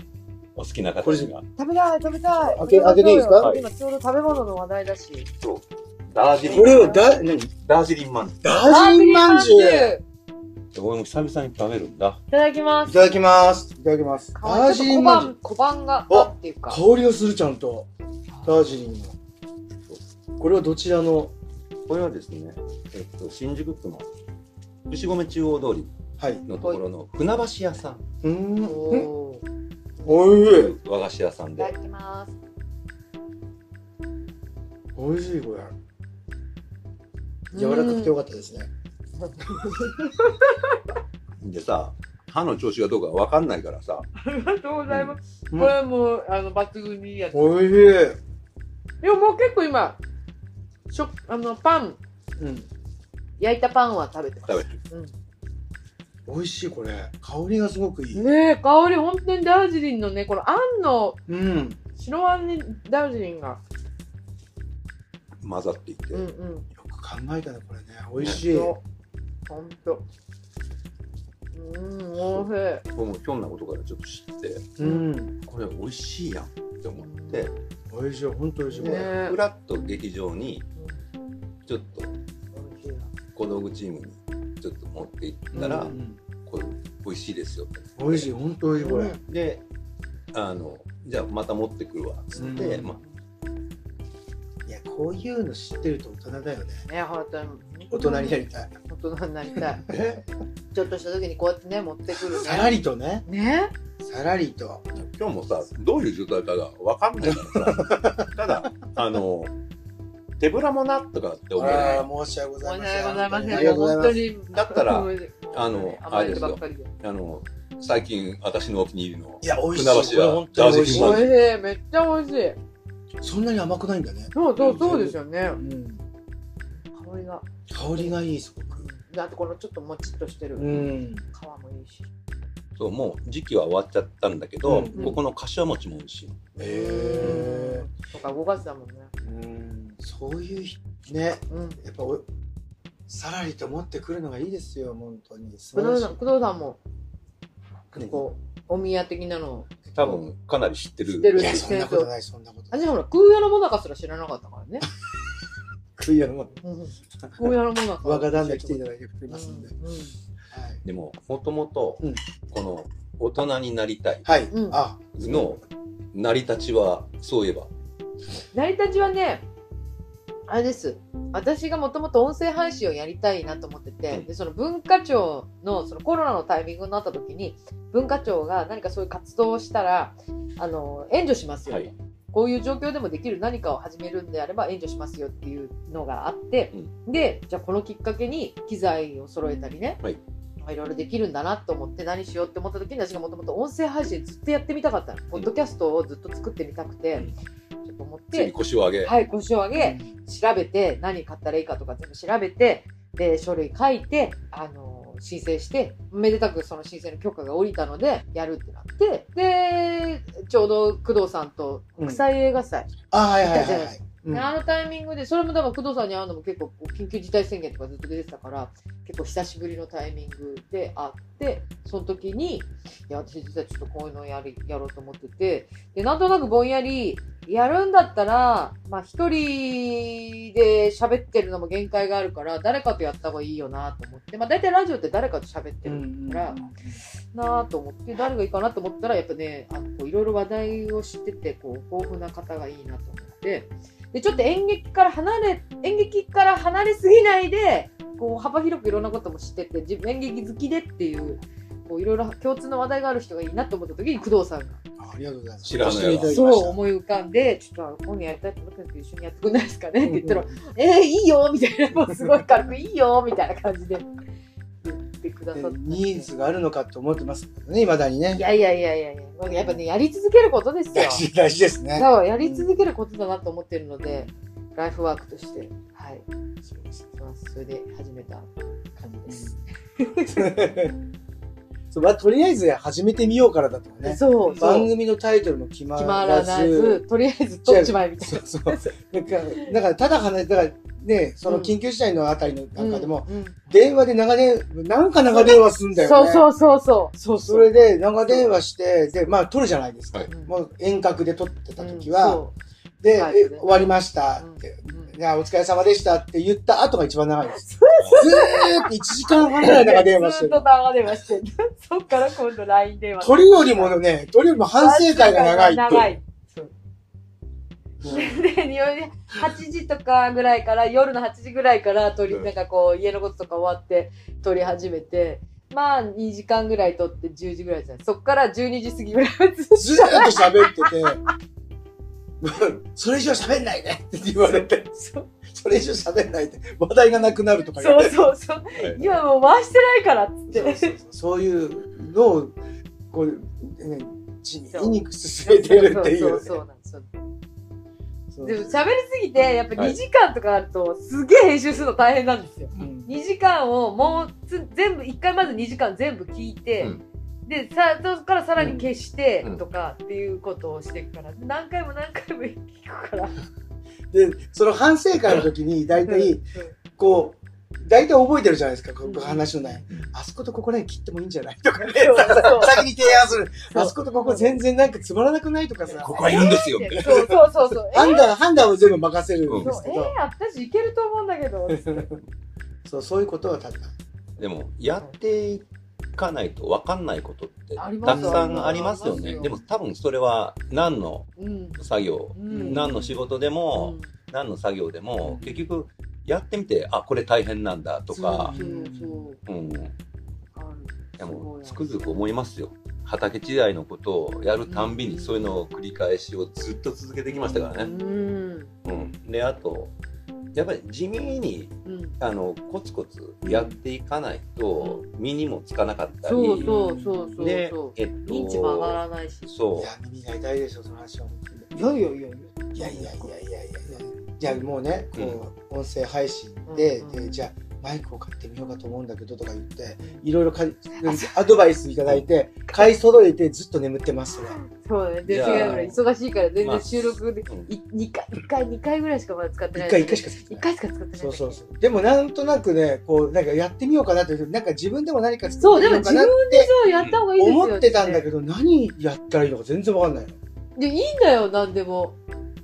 Speaker 4: お好きな方が
Speaker 3: 食べたい食べたい
Speaker 1: 開け開けていいですか
Speaker 3: はい今ちょうど食べ物の話題だし
Speaker 4: ダージリ
Speaker 1: こ
Speaker 4: ン
Speaker 1: れをだ何
Speaker 4: ダージリンマン
Speaker 1: ダージンまんじゅうい
Speaker 4: 俺も久々に食べるんだ
Speaker 3: いただきます
Speaker 1: ただきますいただきますダージリンまんじゅう
Speaker 3: 小判が
Speaker 1: お
Speaker 3: っていうか
Speaker 1: 香りをするちゃんとダージリンのこれはどちらの
Speaker 4: これはですね、えっと、新宿区の牛込中央通り
Speaker 1: はいう
Speaker 4: のところの船橋屋さん
Speaker 1: ーんうん
Speaker 3: おー
Speaker 1: おいしい
Speaker 4: 和菓子屋さん
Speaker 3: いただ
Speaker 4: で
Speaker 3: きます
Speaker 1: おいしいこれ柔らかくてよかったですね
Speaker 4: でさ歯の調子がどうかわかんないからさ
Speaker 3: ありがとうございます、
Speaker 1: うん
Speaker 3: これはもうあの抜群にいいやつ
Speaker 1: おいしい
Speaker 3: でももう結構今しょあのパン
Speaker 1: うん
Speaker 3: 焼いたパンは食べてます
Speaker 4: 食べてる
Speaker 1: おいしいこれ香りがすごくいい
Speaker 3: ねえ香り本当にダージリンのねこのあんの
Speaker 1: うん
Speaker 3: 白あんにダージリンが
Speaker 4: 混ざっていて、
Speaker 3: うんうん
Speaker 1: よく考えたねこれねおいしい
Speaker 3: 本当うんおいし
Speaker 4: 僕もひょんなことからちょっと知って
Speaker 1: うん
Speaker 4: これ美味しいやんって思って、
Speaker 1: おいしい本当おいしいこ
Speaker 3: ね
Speaker 1: れ
Speaker 4: ふらっと劇場にちょっと
Speaker 3: いうん
Speaker 4: 小道具チームにちょっと持っていったら、
Speaker 1: うん
Speaker 4: これ美味しいですよって
Speaker 1: おいしい本当おいしいこれ
Speaker 4: であのじゃあまた持ってくるわっつって、
Speaker 1: うん
Speaker 4: ま
Speaker 1: いやこういうの知ってると大人だよね
Speaker 3: ね本当に
Speaker 1: 大人になりたい
Speaker 3: 大人になり たい
Speaker 1: え
Speaker 3: ちょっとした時にこうやってね持ってくる
Speaker 1: さら
Speaker 3: ね
Speaker 1: りとね
Speaker 3: ね
Speaker 1: さらりと
Speaker 4: あ、今日もさどういう状態かが分かんないからさただあの手ぶらもなとかって思う
Speaker 1: あら申し訳ござい
Speaker 3: 申
Speaker 1: ま
Speaker 3: し
Speaker 1: せん
Speaker 3: 訳ございません
Speaker 1: ありがとうございます
Speaker 3: に
Speaker 4: だっ たらあ
Speaker 3: あ
Speaker 4: のあれですよ
Speaker 3: ばっかりで
Speaker 4: あの最近私のお気に入りの
Speaker 1: いや美味しい
Speaker 4: 船橋
Speaker 1: これ
Speaker 4: は
Speaker 1: 本当に美味しい
Speaker 3: おいしいめっちゃおいしい
Speaker 1: そんなに甘くないんだね
Speaker 3: そうそうそうですよね
Speaker 1: うん
Speaker 3: 香りが
Speaker 1: 香りがいいすごく
Speaker 3: あとこのちょっともちっとしてる皮
Speaker 1: う
Speaker 3: も
Speaker 1: ん
Speaker 3: いいし
Speaker 4: そうもう時期は終わっちゃったんだけど、
Speaker 1: うん
Speaker 4: ここの柏餅も美味しいの
Speaker 1: へ
Speaker 3: とか5月だもんね
Speaker 1: うんそういうひね
Speaker 3: うん
Speaker 1: やっぱおさらりと持ってくるのがいいですよ本当に素
Speaker 3: 工
Speaker 1: 晴ら
Speaker 3: 藤
Speaker 1: しい
Speaker 3: さん工藤さんも結構お宮的なの
Speaker 4: 多分かなり知ってる
Speaker 3: 知ってる
Speaker 1: いやそんなことないそんなことない
Speaker 3: 私ほら空也のもなかすら知らなかったからね
Speaker 1: 食いやも
Speaker 3: うん空也のもなか
Speaker 1: 若旦那来ていただいてますんで、はい
Speaker 4: でももともと
Speaker 1: うん
Speaker 4: この大人になりたい
Speaker 1: はい、
Speaker 3: うん
Speaker 1: あ
Speaker 4: の成り立ちはそういえば
Speaker 3: 成り立ちはねあれです私がもともと音声配信をやりたいなと思ってて、
Speaker 4: うん
Speaker 3: でその文化庁のそのコロナのタイミングになった時に文化庁が何かそういう活動をしたらあの援助しますよと、
Speaker 4: はい
Speaker 3: こういう状況でもできる何かを始めるんであれば援助しますよっていうのがあって、でじゃあこのきっかけに機材を揃えたりね、
Speaker 4: はい
Speaker 3: まあいろいろできるんだなと思って何しようって思った時に私がもともと音声配信ずっとやってみたかったの、ポッドキャストをずっと作ってみたくて、
Speaker 4: うん
Speaker 3: ちょっと思って。
Speaker 4: ついに腰を上げ、
Speaker 3: はい、腰を上げ、
Speaker 1: うん
Speaker 3: 調べて、何買ったらいいかとか全部調べて、で、書類書いて、あの、申請して、めでたくその申請の許可が下りたので、やるってなって、で、ちょうど工藤さんと国際映画祭、
Speaker 1: あはいはいはい
Speaker 3: 行っ
Speaker 1: は
Speaker 3: た
Speaker 1: いうん
Speaker 3: あのタイミングでそれもだから工藤さんに会うのも結構緊急事態宣言とかずっと出てたから結構久しぶりのタイミングで会ってその時にいや私実はちょっとこういうのやりやろうと思っててでなんとなくぼんやりやるんだったらまあ一人で喋ってるのも限界があるから誰かとやった方がいいよなと思ってまあ大体ラジオって誰かと喋ってるから、なぁと思って誰がいいかなと思ったらやっぱねあのこういろいろ話題を知っててこう豊富な方がいいなと思ってでちょっと演劇から離れ演劇から離れすぎないでこう幅広くいろんなことも知ってて自分演劇好きでっていうこういろいろ共通の話題がある人がいいなと思った時に工藤さんが
Speaker 1: あありがとうございます。
Speaker 4: 知らないわ
Speaker 1: 教えていただき
Speaker 3: そ
Speaker 1: まし
Speaker 3: う
Speaker 1: た
Speaker 3: 思い浮かんでちょっと今夜やりたいと思ってるんですけど一緒にやってくれないですかねって言ったら「えー、いいよ」みたいなもうすごい軽く「いいよ」みたいな感じで言ってくださったんで
Speaker 1: ニーズがあるのかと思ってますけどね、いまだにね。
Speaker 3: いやいやいやいやいや、やっぱね、やり続けることですよ
Speaker 1: 大。事大事ですね。
Speaker 3: だからやり続けることだなと思ってるので、ライフワークとして、はい、
Speaker 1: そうです
Speaker 3: まあそれで始めた感じです。
Speaker 1: そうまあ、とりあえず始めてみようからだとかね。
Speaker 3: そう、そ
Speaker 1: 番
Speaker 3: う、
Speaker 1: 組のタイトルも決ま
Speaker 3: 決ま
Speaker 1: ら
Speaker 3: ら
Speaker 1: ず。
Speaker 3: なず、とりあえず取っちまえみたい
Speaker 1: そ
Speaker 3: な
Speaker 1: う。そう。だから、だからただ話、だからね、その緊急事態のあたりのなんかでも、
Speaker 3: うん、うん
Speaker 1: 電話で長電話、なんか長電話すんだよ
Speaker 3: そ
Speaker 1: ね。
Speaker 3: うそうそうそう、そう
Speaker 1: それで長電話して、で、まあ、撮るじゃないですか。
Speaker 4: はい
Speaker 3: うん
Speaker 1: もう遠隔で撮ってた時
Speaker 3: う
Speaker 1: は、
Speaker 3: ん
Speaker 1: で、
Speaker 3: スカイプで
Speaker 1: え終わりましたって、
Speaker 3: うん
Speaker 1: いや、お疲れ様でしたって言った後が一番長 いです。ずーっと1時間半ぐらい長電話し
Speaker 3: ず
Speaker 1: て
Speaker 3: っ
Speaker 1: る
Speaker 3: と。長電話してる。 そっから今度 LINE 電話。
Speaker 1: 鳥よりもね、鳥よりも反省会が長いって
Speaker 3: 長い。そう
Speaker 1: いう。
Speaker 3: で夜8時とかぐらいから夜の8時ぐらいから撮り
Speaker 4: うん
Speaker 3: なんかこう家のこととか終わって撮り始めてまあ2時間ぐらい撮って10時ぐらいじゃないそっから12時過ぎぐらいまでずっ
Speaker 1: ずーっと喋ってて、それ以上喋んないでって言われて、
Speaker 3: とそう
Speaker 1: それ以上喋んないで、話題がなくなるとか
Speaker 3: そ
Speaker 1: 言
Speaker 3: う
Speaker 1: われて。
Speaker 3: そうそう今もう回してないからっつって
Speaker 1: そうそうそうそういうのを、こう、ね、地味に進めてるってい
Speaker 3: そうう
Speaker 1: ね。
Speaker 3: そうそうなんですよ
Speaker 1: そう
Speaker 3: でも喋りすぎてやっぱ2時間とかあるとすげえ編集するの大変なんですよ
Speaker 1: うん
Speaker 3: 2時間をもうつ全部1回まず2時間全部聞いて、
Speaker 4: うん
Speaker 3: でさそこからさらに消して
Speaker 4: うん
Speaker 3: とかっていうことをしていくから何回も何回も聞くから
Speaker 1: で、その反省会の時に、大体、こう、大体覚えてるじゃないですか、こ
Speaker 3: うん
Speaker 1: う話のない。あそことここら辺切ってもいいんじゃない とかね
Speaker 3: そうそう、
Speaker 1: 先に提案する。
Speaker 3: そう
Speaker 1: あそことここ全然なんかつまらなくないとかさ、
Speaker 4: ここはいるんですよ。
Speaker 3: で そうそうそう そうえ
Speaker 1: 判断、判断を全部任せるんで
Speaker 3: そ
Speaker 1: す
Speaker 3: う
Speaker 1: け
Speaker 3: え
Speaker 1: ど、
Speaker 3: ー、私いけると思うんだけど
Speaker 1: そう、そういうことはただ。
Speaker 4: でもやっていかないと分かんないことって
Speaker 3: ありま
Speaker 4: た
Speaker 3: す
Speaker 4: く
Speaker 3: よ
Speaker 4: さんありますよ
Speaker 3: あります
Speaker 4: ね。
Speaker 3: よ
Speaker 4: でも多分それは何の
Speaker 3: うん
Speaker 4: 作業、
Speaker 3: うん
Speaker 4: 何の仕事で
Speaker 3: う
Speaker 4: も、
Speaker 3: ん
Speaker 4: 何の作業でも、
Speaker 3: うん
Speaker 4: 結局やってみてあこれ大変なんだとか、
Speaker 3: そうそう
Speaker 4: うん、で
Speaker 3: そうある
Speaker 4: もつ
Speaker 3: す
Speaker 4: く
Speaker 3: ごい
Speaker 4: づく思いますよ。畑時代のことをやるたんび
Speaker 3: う
Speaker 4: に
Speaker 3: ん
Speaker 4: そういうのを繰り返しをずっと続けてきましたからね。
Speaker 3: うん
Speaker 4: うん、であとやっぱり地味に
Speaker 3: うん
Speaker 4: あのコツコツやっていかないと身にもつかなかったり、
Speaker 3: そうそうそうそう
Speaker 4: で
Speaker 3: そ
Speaker 4: えっ
Speaker 3: う
Speaker 4: と
Speaker 3: 認知も上がらないし
Speaker 1: い
Speaker 4: そ
Speaker 1: や、耳が痛いでしょ、その話は。
Speaker 3: いやいやいやいや
Speaker 1: いやいやいやいやいやじゃあもうね、こう、音声配信
Speaker 3: う
Speaker 1: で
Speaker 3: ん、うん
Speaker 1: で、じゃあ、マイクを買ってみようかと思うんだけどとか言って、いろいろかアドバイスいただいて、買い揃えてずっと眠ってます、それ。
Speaker 3: そうね。で、
Speaker 4: い
Speaker 3: 違う
Speaker 4: や
Speaker 3: ぐ
Speaker 4: ー
Speaker 3: らい忙しいから全
Speaker 4: ま
Speaker 3: 然
Speaker 4: あ
Speaker 3: 収録で、
Speaker 4: う、うん
Speaker 3: い二回、一回、二回ぐらいしかまだ使ってない。
Speaker 1: 一回一回しか使って
Speaker 3: 一
Speaker 1: ない。
Speaker 3: 回しか使ってない。
Speaker 1: そうそうそう。でもなんとなくね、こう、なんかやってみようかなという、なんか自分でも何か作
Speaker 3: そ
Speaker 1: っ
Speaker 3: う、
Speaker 1: て
Speaker 3: でも
Speaker 1: みよう
Speaker 3: 自
Speaker 1: かなっ
Speaker 3: 分で
Speaker 1: て
Speaker 3: そうやった方がいいですよ。
Speaker 1: 思ってたんだけど、何やったらいいのか全然わかんない
Speaker 3: ど。で、いいんだよ、なんでも。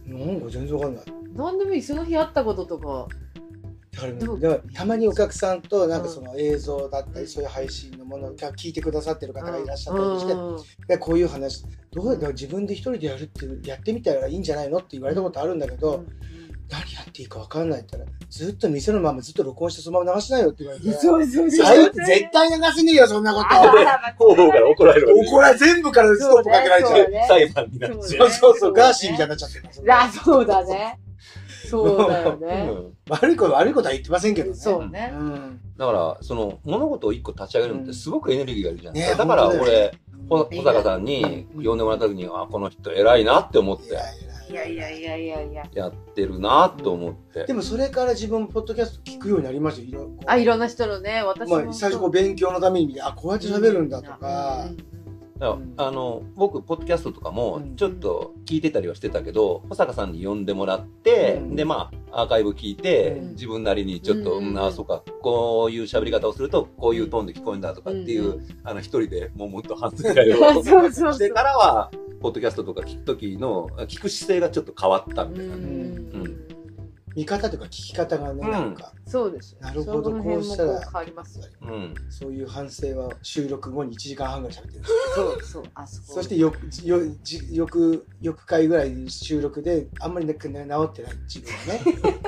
Speaker 1: の。なんか全然わかんない。
Speaker 3: なんでもいい、その日あったこととか。
Speaker 1: だからね、
Speaker 3: でも
Speaker 1: だからたまにお客さんとなんか
Speaker 3: うん
Speaker 1: その映像だった
Speaker 3: うん
Speaker 1: り、そういう配信のものを聞いてくださってる方がいらっしゃったりして、
Speaker 3: う
Speaker 1: でこういう話、どうやって自分で一人でやるっていう、やってみたらいいんじゃないのって言われたことあるんだけど、
Speaker 3: ん。
Speaker 1: 何やっていいかわかんないって言ったら、ずっと店のままずっと録音してそのまま流しないよって言われて。
Speaker 3: そうそう
Speaker 1: 最
Speaker 3: そう
Speaker 1: 悪。絶対流せねえよ、そんなこ
Speaker 3: あ
Speaker 1: と。
Speaker 3: ら
Speaker 4: 方法から怒られるわけ
Speaker 1: 怒ら全部からストップかけられちゃう。
Speaker 3: そうね
Speaker 4: 裁判になっちゃう。
Speaker 3: そう
Speaker 1: そうそう
Speaker 3: そ
Speaker 1: そうう、
Speaker 3: ね
Speaker 1: ガーシーみたいになっちゃってます。
Speaker 3: あ、そうだね。そうだよね。
Speaker 4: うん
Speaker 1: 悪いこと悪いことは言ってませんけどね。
Speaker 3: そう
Speaker 1: う
Speaker 3: ね。
Speaker 1: ん。
Speaker 4: だからその物事を一個立ち上げるのっ
Speaker 1: う
Speaker 4: て
Speaker 1: ん
Speaker 4: すごくエネルギーがいるじゃないですか、
Speaker 1: ね
Speaker 4: だから
Speaker 1: 本当だ
Speaker 4: 俺ほ
Speaker 3: いや
Speaker 4: 小坂さんに呼んでもらった時にあこの人偉いなって思っ
Speaker 1: い
Speaker 4: て
Speaker 1: やいや
Speaker 3: いやいやいやいやいや。
Speaker 4: やってるなと思って、
Speaker 1: でもそれから自分もポッドキャスト聞くようになりましたよいろいろこう
Speaker 3: あ、いろんな人のね、私
Speaker 1: まあ、
Speaker 3: も。
Speaker 1: 最初こう勉強のために見てあこうやって喋るんだと
Speaker 3: う
Speaker 1: か
Speaker 3: んうんうん
Speaker 4: だか
Speaker 3: うん
Speaker 4: らあの僕ポッドキャストとかも
Speaker 1: うん
Speaker 4: ちょっと聞いてたりはしてたけど保坂さんに呼んでもらって、
Speaker 1: うん
Speaker 4: でまあアーカイブ聞いて、
Speaker 1: うん
Speaker 4: 自分なりにちょっと、
Speaker 3: う
Speaker 4: うんんあそうかこういう喋り方をするとこういうトーンで聞こえるんだとかっていう、
Speaker 3: うん
Speaker 4: あの一人でもうもっと反省会
Speaker 3: そう
Speaker 4: を
Speaker 3: そうそう
Speaker 4: してからはポッドキャストとか聞く時の聞く姿勢がちょっと変わったみたいな、
Speaker 1: ん
Speaker 3: うん
Speaker 1: 見方とか聞き方がね、
Speaker 4: うん
Speaker 1: なんか
Speaker 3: そうですよ
Speaker 1: なるほど
Speaker 3: その辺も
Speaker 1: こうしたら
Speaker 3: 変わりますよ
Speaker 4: うん
Speaker 1: そういう反省は収録後に1時間半ぐらい喋ってるんです
Speaker 3: そうそうあそこ
Speaker 1: そして翌よじ翌翌回ぐらいに収録であんまりなんかね治ってない自分はね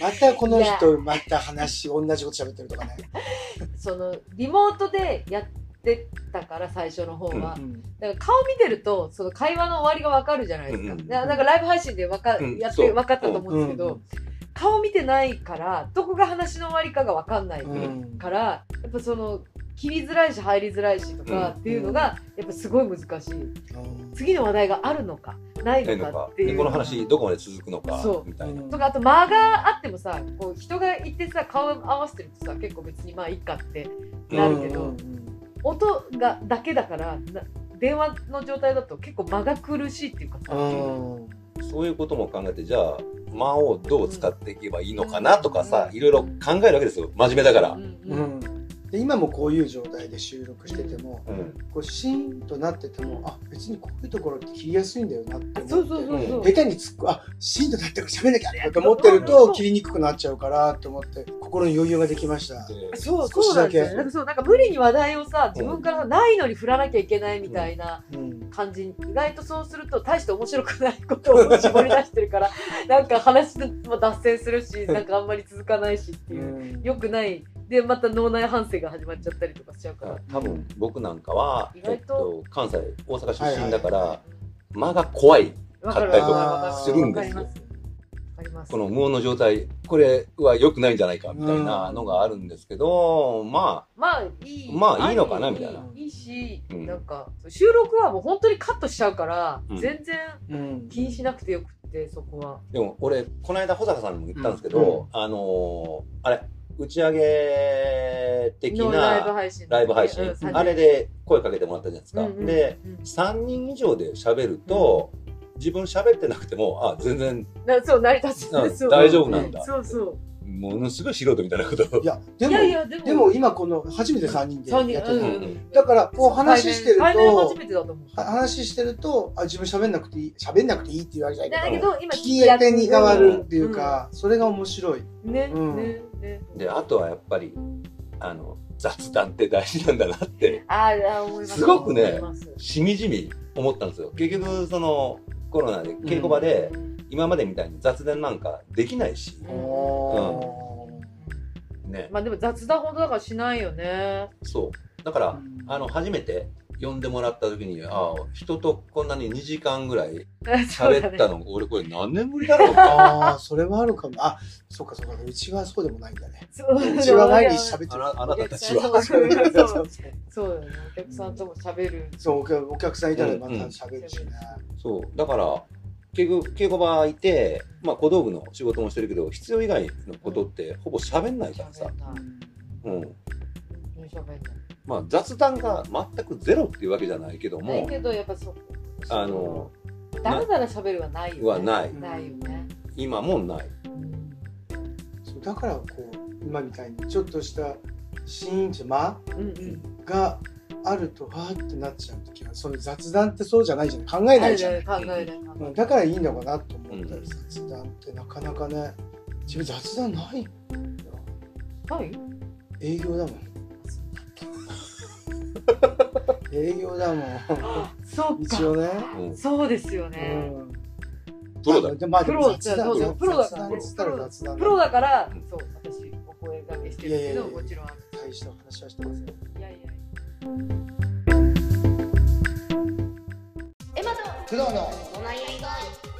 Speaker 1: またこの人また話同じこと喋ってるとかね、
Speaker 3: そのリモートでやってたから最初の方は、
Speaker 1: うん
Speaker 3: だから顔見てるとその会話の終わりがわかるじゃないですか、
Speaker 4: うんうん
Speaker 3: ななんかライブ配信でわか、
Speaker 4: うん
Speaker 3: やっ
Speaker 4: そ
Speaker 3: て
Speaker 4: う
Speaker 3: わかったと思うんですけど、顔見てないからどこが話の終わりかがわかんない
Speaker 1: うん
Speaker 3: から、やっぱその切りづらいし入りづらいしとかっていうのが、やっぱすごい難しい次の話題があるのかない
Speaker 4: ない
Speaker 3: の
Speaker 4: の
Speaker 3: か
Speaker 4: か
Speaker 3: ってい
Speaker 4: で
Speaker 3: う
Speaker 4: この話どこまで続くのか
Speaker 3: そう
Speaker 4: みたいな。
Speaker 3: とかあと間があってもさこう人がいてさ顔合わせてるとさ結構別にまあいいかってなるけど
Speaker 1: うんうん
Speaker 3: 音がだけだからな電話の状態だと結構間が苦しいっていうかさ、
Speaker 1: うん
Speaker 4: そういうことも考えて、じゃあ、間をどう使っていけばいいのかなとかさ、
Speaker 3: うん
Speaker 4: いろいろ考えるわけですよ。真面目だから
Speaker 3: う。ん
Speaker 1: う
Speaker 3: うん
Speaker 1: んで今もこういう状態で収録してても、
Speaker 4: うん。
Speaker 1: こうシーンとなっててもあ別にこういうところって切りやすいんだよなって
Speaker 3: あ
Speaker 1: 思って
Speaker 3: そうそうそうそう、
Speaker 1: 下手に突っ込あシーンとなってるから喋んなきゃと思ってると切りにくくなっちゃうからと思って心の余裕ができました。
Speaker 3: そうそ
Speaker 1: 少
Speaker 3: う
Speaker 1: し
Speaker 3: な
Speaker 1: だ
Speaker 3: んだ
Speaker 1: け
Speaker 3: よねなんかそうなんか無理に話題をさ自分からないのに振らなきゃいけないみたいな
Speaker 1: うん
Speaker 3: 感じに意外とそうすると大して面白くないことを絞り出してるからなんか話も脱線するしなんかあんまり続かないしっていう、
Speaker 1: うん
Speaker 3: よくないでまた脳内反省が始まっちゃったりとかしちゃうから。
Speaker 4: 多分僕なんかは、
Speaker 3: 意
Speaker 4: え
Speaker 3: 外
Speaker 4: っ
Speaker 3: と
Speaker 4: と、関西、大阪出身だから、
Speaker 3: わ
Speaker 4: 間が怖い。
Speaker 3: かる
Speaker 4: 買ったり
Speaker 1: とか
Speaker 3: わか
Speaker 1: するん
Speaker 3: わか
Speaker 1: で
Speaker 3: り
Speaker 1: す
Speaker 4: よ
Speaker 3: ますわかります
Speaker 4: この無音の状態、これは良くないんじゃないか、みたいなのがあるんですけど、ま
Speaker 3: まあいい。
Speaker 4: まあいいのかなみたい
Speaker 1: ない
Speaker 3: いし、
Speaker 4: うん
Speaker 3: なんか収録はもう本当にカットしちゃうから、
Speaker 4: うん
Speaker 3: 全然
Speaker 1: うん
Speaker 3: 気にしなくてよくってそこは。
Speaker 4: あ、でも俺、この間、保坂さんにも言ったんですけ
Speaker 1: うんう
Speaker 4: ど、あのー、あれ、打ち上げ的
Speaker 3: のライブ
Speaker 4: な
Speaker 3: 配信。
Speaker 4: ライブ配信
Speaker 3: うん、
Speaker 4: あれ。で声かけてもらったじゃないです
Speaker 3: うん
Speaker 4: か
Speaker 3: うん。
Speaker 4: で、
Speaker 3: うん
Speaker 4: 3人以上で喋ると、自分喋ってなくてもあ全然
Speaker 3: なそう成り立つんですよ。
Speaker 4: 大丈夫なんだ
Speaker 3: そうそ
Speaker 4: ものすごい素人みたいなことを
Speaker 1: いやで
Speaker 3: う。い
Speaker 1: も
Speaker 3: やいやでも
Speaker 1: でも今この初めて3人でや
Speaker 3: 三
Speaker 1: って
Speaker 3: 人
Speaker 1: る、
Speaker 3: うん
Speaker 1: だからこう話してる
Speaker 3: 対面初
Speaker 1: と
Speaker 3: めてだと思う。
Speaker 1: は話してるとあ自分喋んなくていい喋んなくていいって言われたいけど
Speaker 3: だけど今
Speaker 1: 聞き手に変わるっていうか、それが面白い、
Speaker 3: うんね
Speaker 1: うん
Speaker 3: ねね。
Speaker 4: であとはやっぱりあの雑談って大事なんだなって
Speaker 3: あーあー思います。
Speaker 4: すごくね
Speaker 3: 思います
Speaker 4: しみじみ思ったんですよ結局そのコロナで稽古場で今までみたいに雑談なんかできないし
Speaker 3: うん
Speaker 1: おー
Speaker 4: ね
Speaker 3: まあでも雑談ほどだからしないよね。
Speaker 4: そうだからあの初めて呼んでもらった時にあ人とこんなに2時間ぐらい
Speaker 3: 喋
Speaker 4: 喋っ たの、俺これ何年ぶりだろう
Speaker 1: あーそれはあるかもあそうかそうかうちはそうでもないんだねうちは毎日喋って
Speaker 4: あ
Speaker 1: る
Speaker 4: らあなたたち
Speaker 3: そ
Speaker 4: は
Speaker 3: うそうそう
Speaker 1: そうそう
Speaker 3: そうだよね。お客さんとも喋る。
Speaker 1: そうお客お客さんいたらまた喋るしね、
Speaker 4: そうだから結局稽古場いて、まあ、小道具の仕事もしてるけど必要以外のことってほぼ喋んないから
Speaker 3: 喋
Speaker 4: さ、
Speaker 3: んない。
Speaker 4: うん
Speaker 3: うん喋んない。
Speaker 4: まあ、雑談が全くゼロっていうわけじゃないけど
Speaker 3: ない
Speaker 4: も
Speaker 3: けどやっぱそう。
Speaker 4: あの
Speaker 3: だらだら喋るはないよね。
Speaker 4: はない
Speaker 3: ないよね。
Speaker 4: 今もない
Speaker 1: そうだからこう今みたいにちょっとしたシーンって間
Speaker 3: うんうん。
Speaker 1: があるとわーってなっちゃう時はその雑談ってそうじゃないじゃん考えないじゃん、
Speaker 3: 考えない考え
Speaker 1: う
Speaker 3: なんい。
Speaker 1: だからいいのかなと思ったり、
Speaker 4: うん
Speaker 1: 雑談ってなかなかね自分雑談ないよ
Speaker 3: はい。
Speaker 1: 営業だもん営業だもん
Speaker 3: そう
Speaker 1: 一
Speaker 3: か。
Speaker 1: 応ね、
Speaker 4: うん
Speaker 3: そうですよ
Speaker 1: う
Speaker 3: ね。
Speaker 1: ん、
Speaker 4: プロだよ
Speaker 1: でまあでも雑談
Speaker 3: プロだプロだ
Speaker 1: 雑談って言ったら雑談
Speaker 3: プロだから、そう私お声掛けしてるけ
Speaker 1: いやいや
Speaker 3: ど
Speaker 1: いや
Speaker 3: もちろんあの
Speaker 1: 大した話はしてません
Speaker 3: いやいや。
Speaker 2: エマと
Speaker 1: 工藤
Speaker 2: お
Speaker 1: の
Speaker 2: 悩みが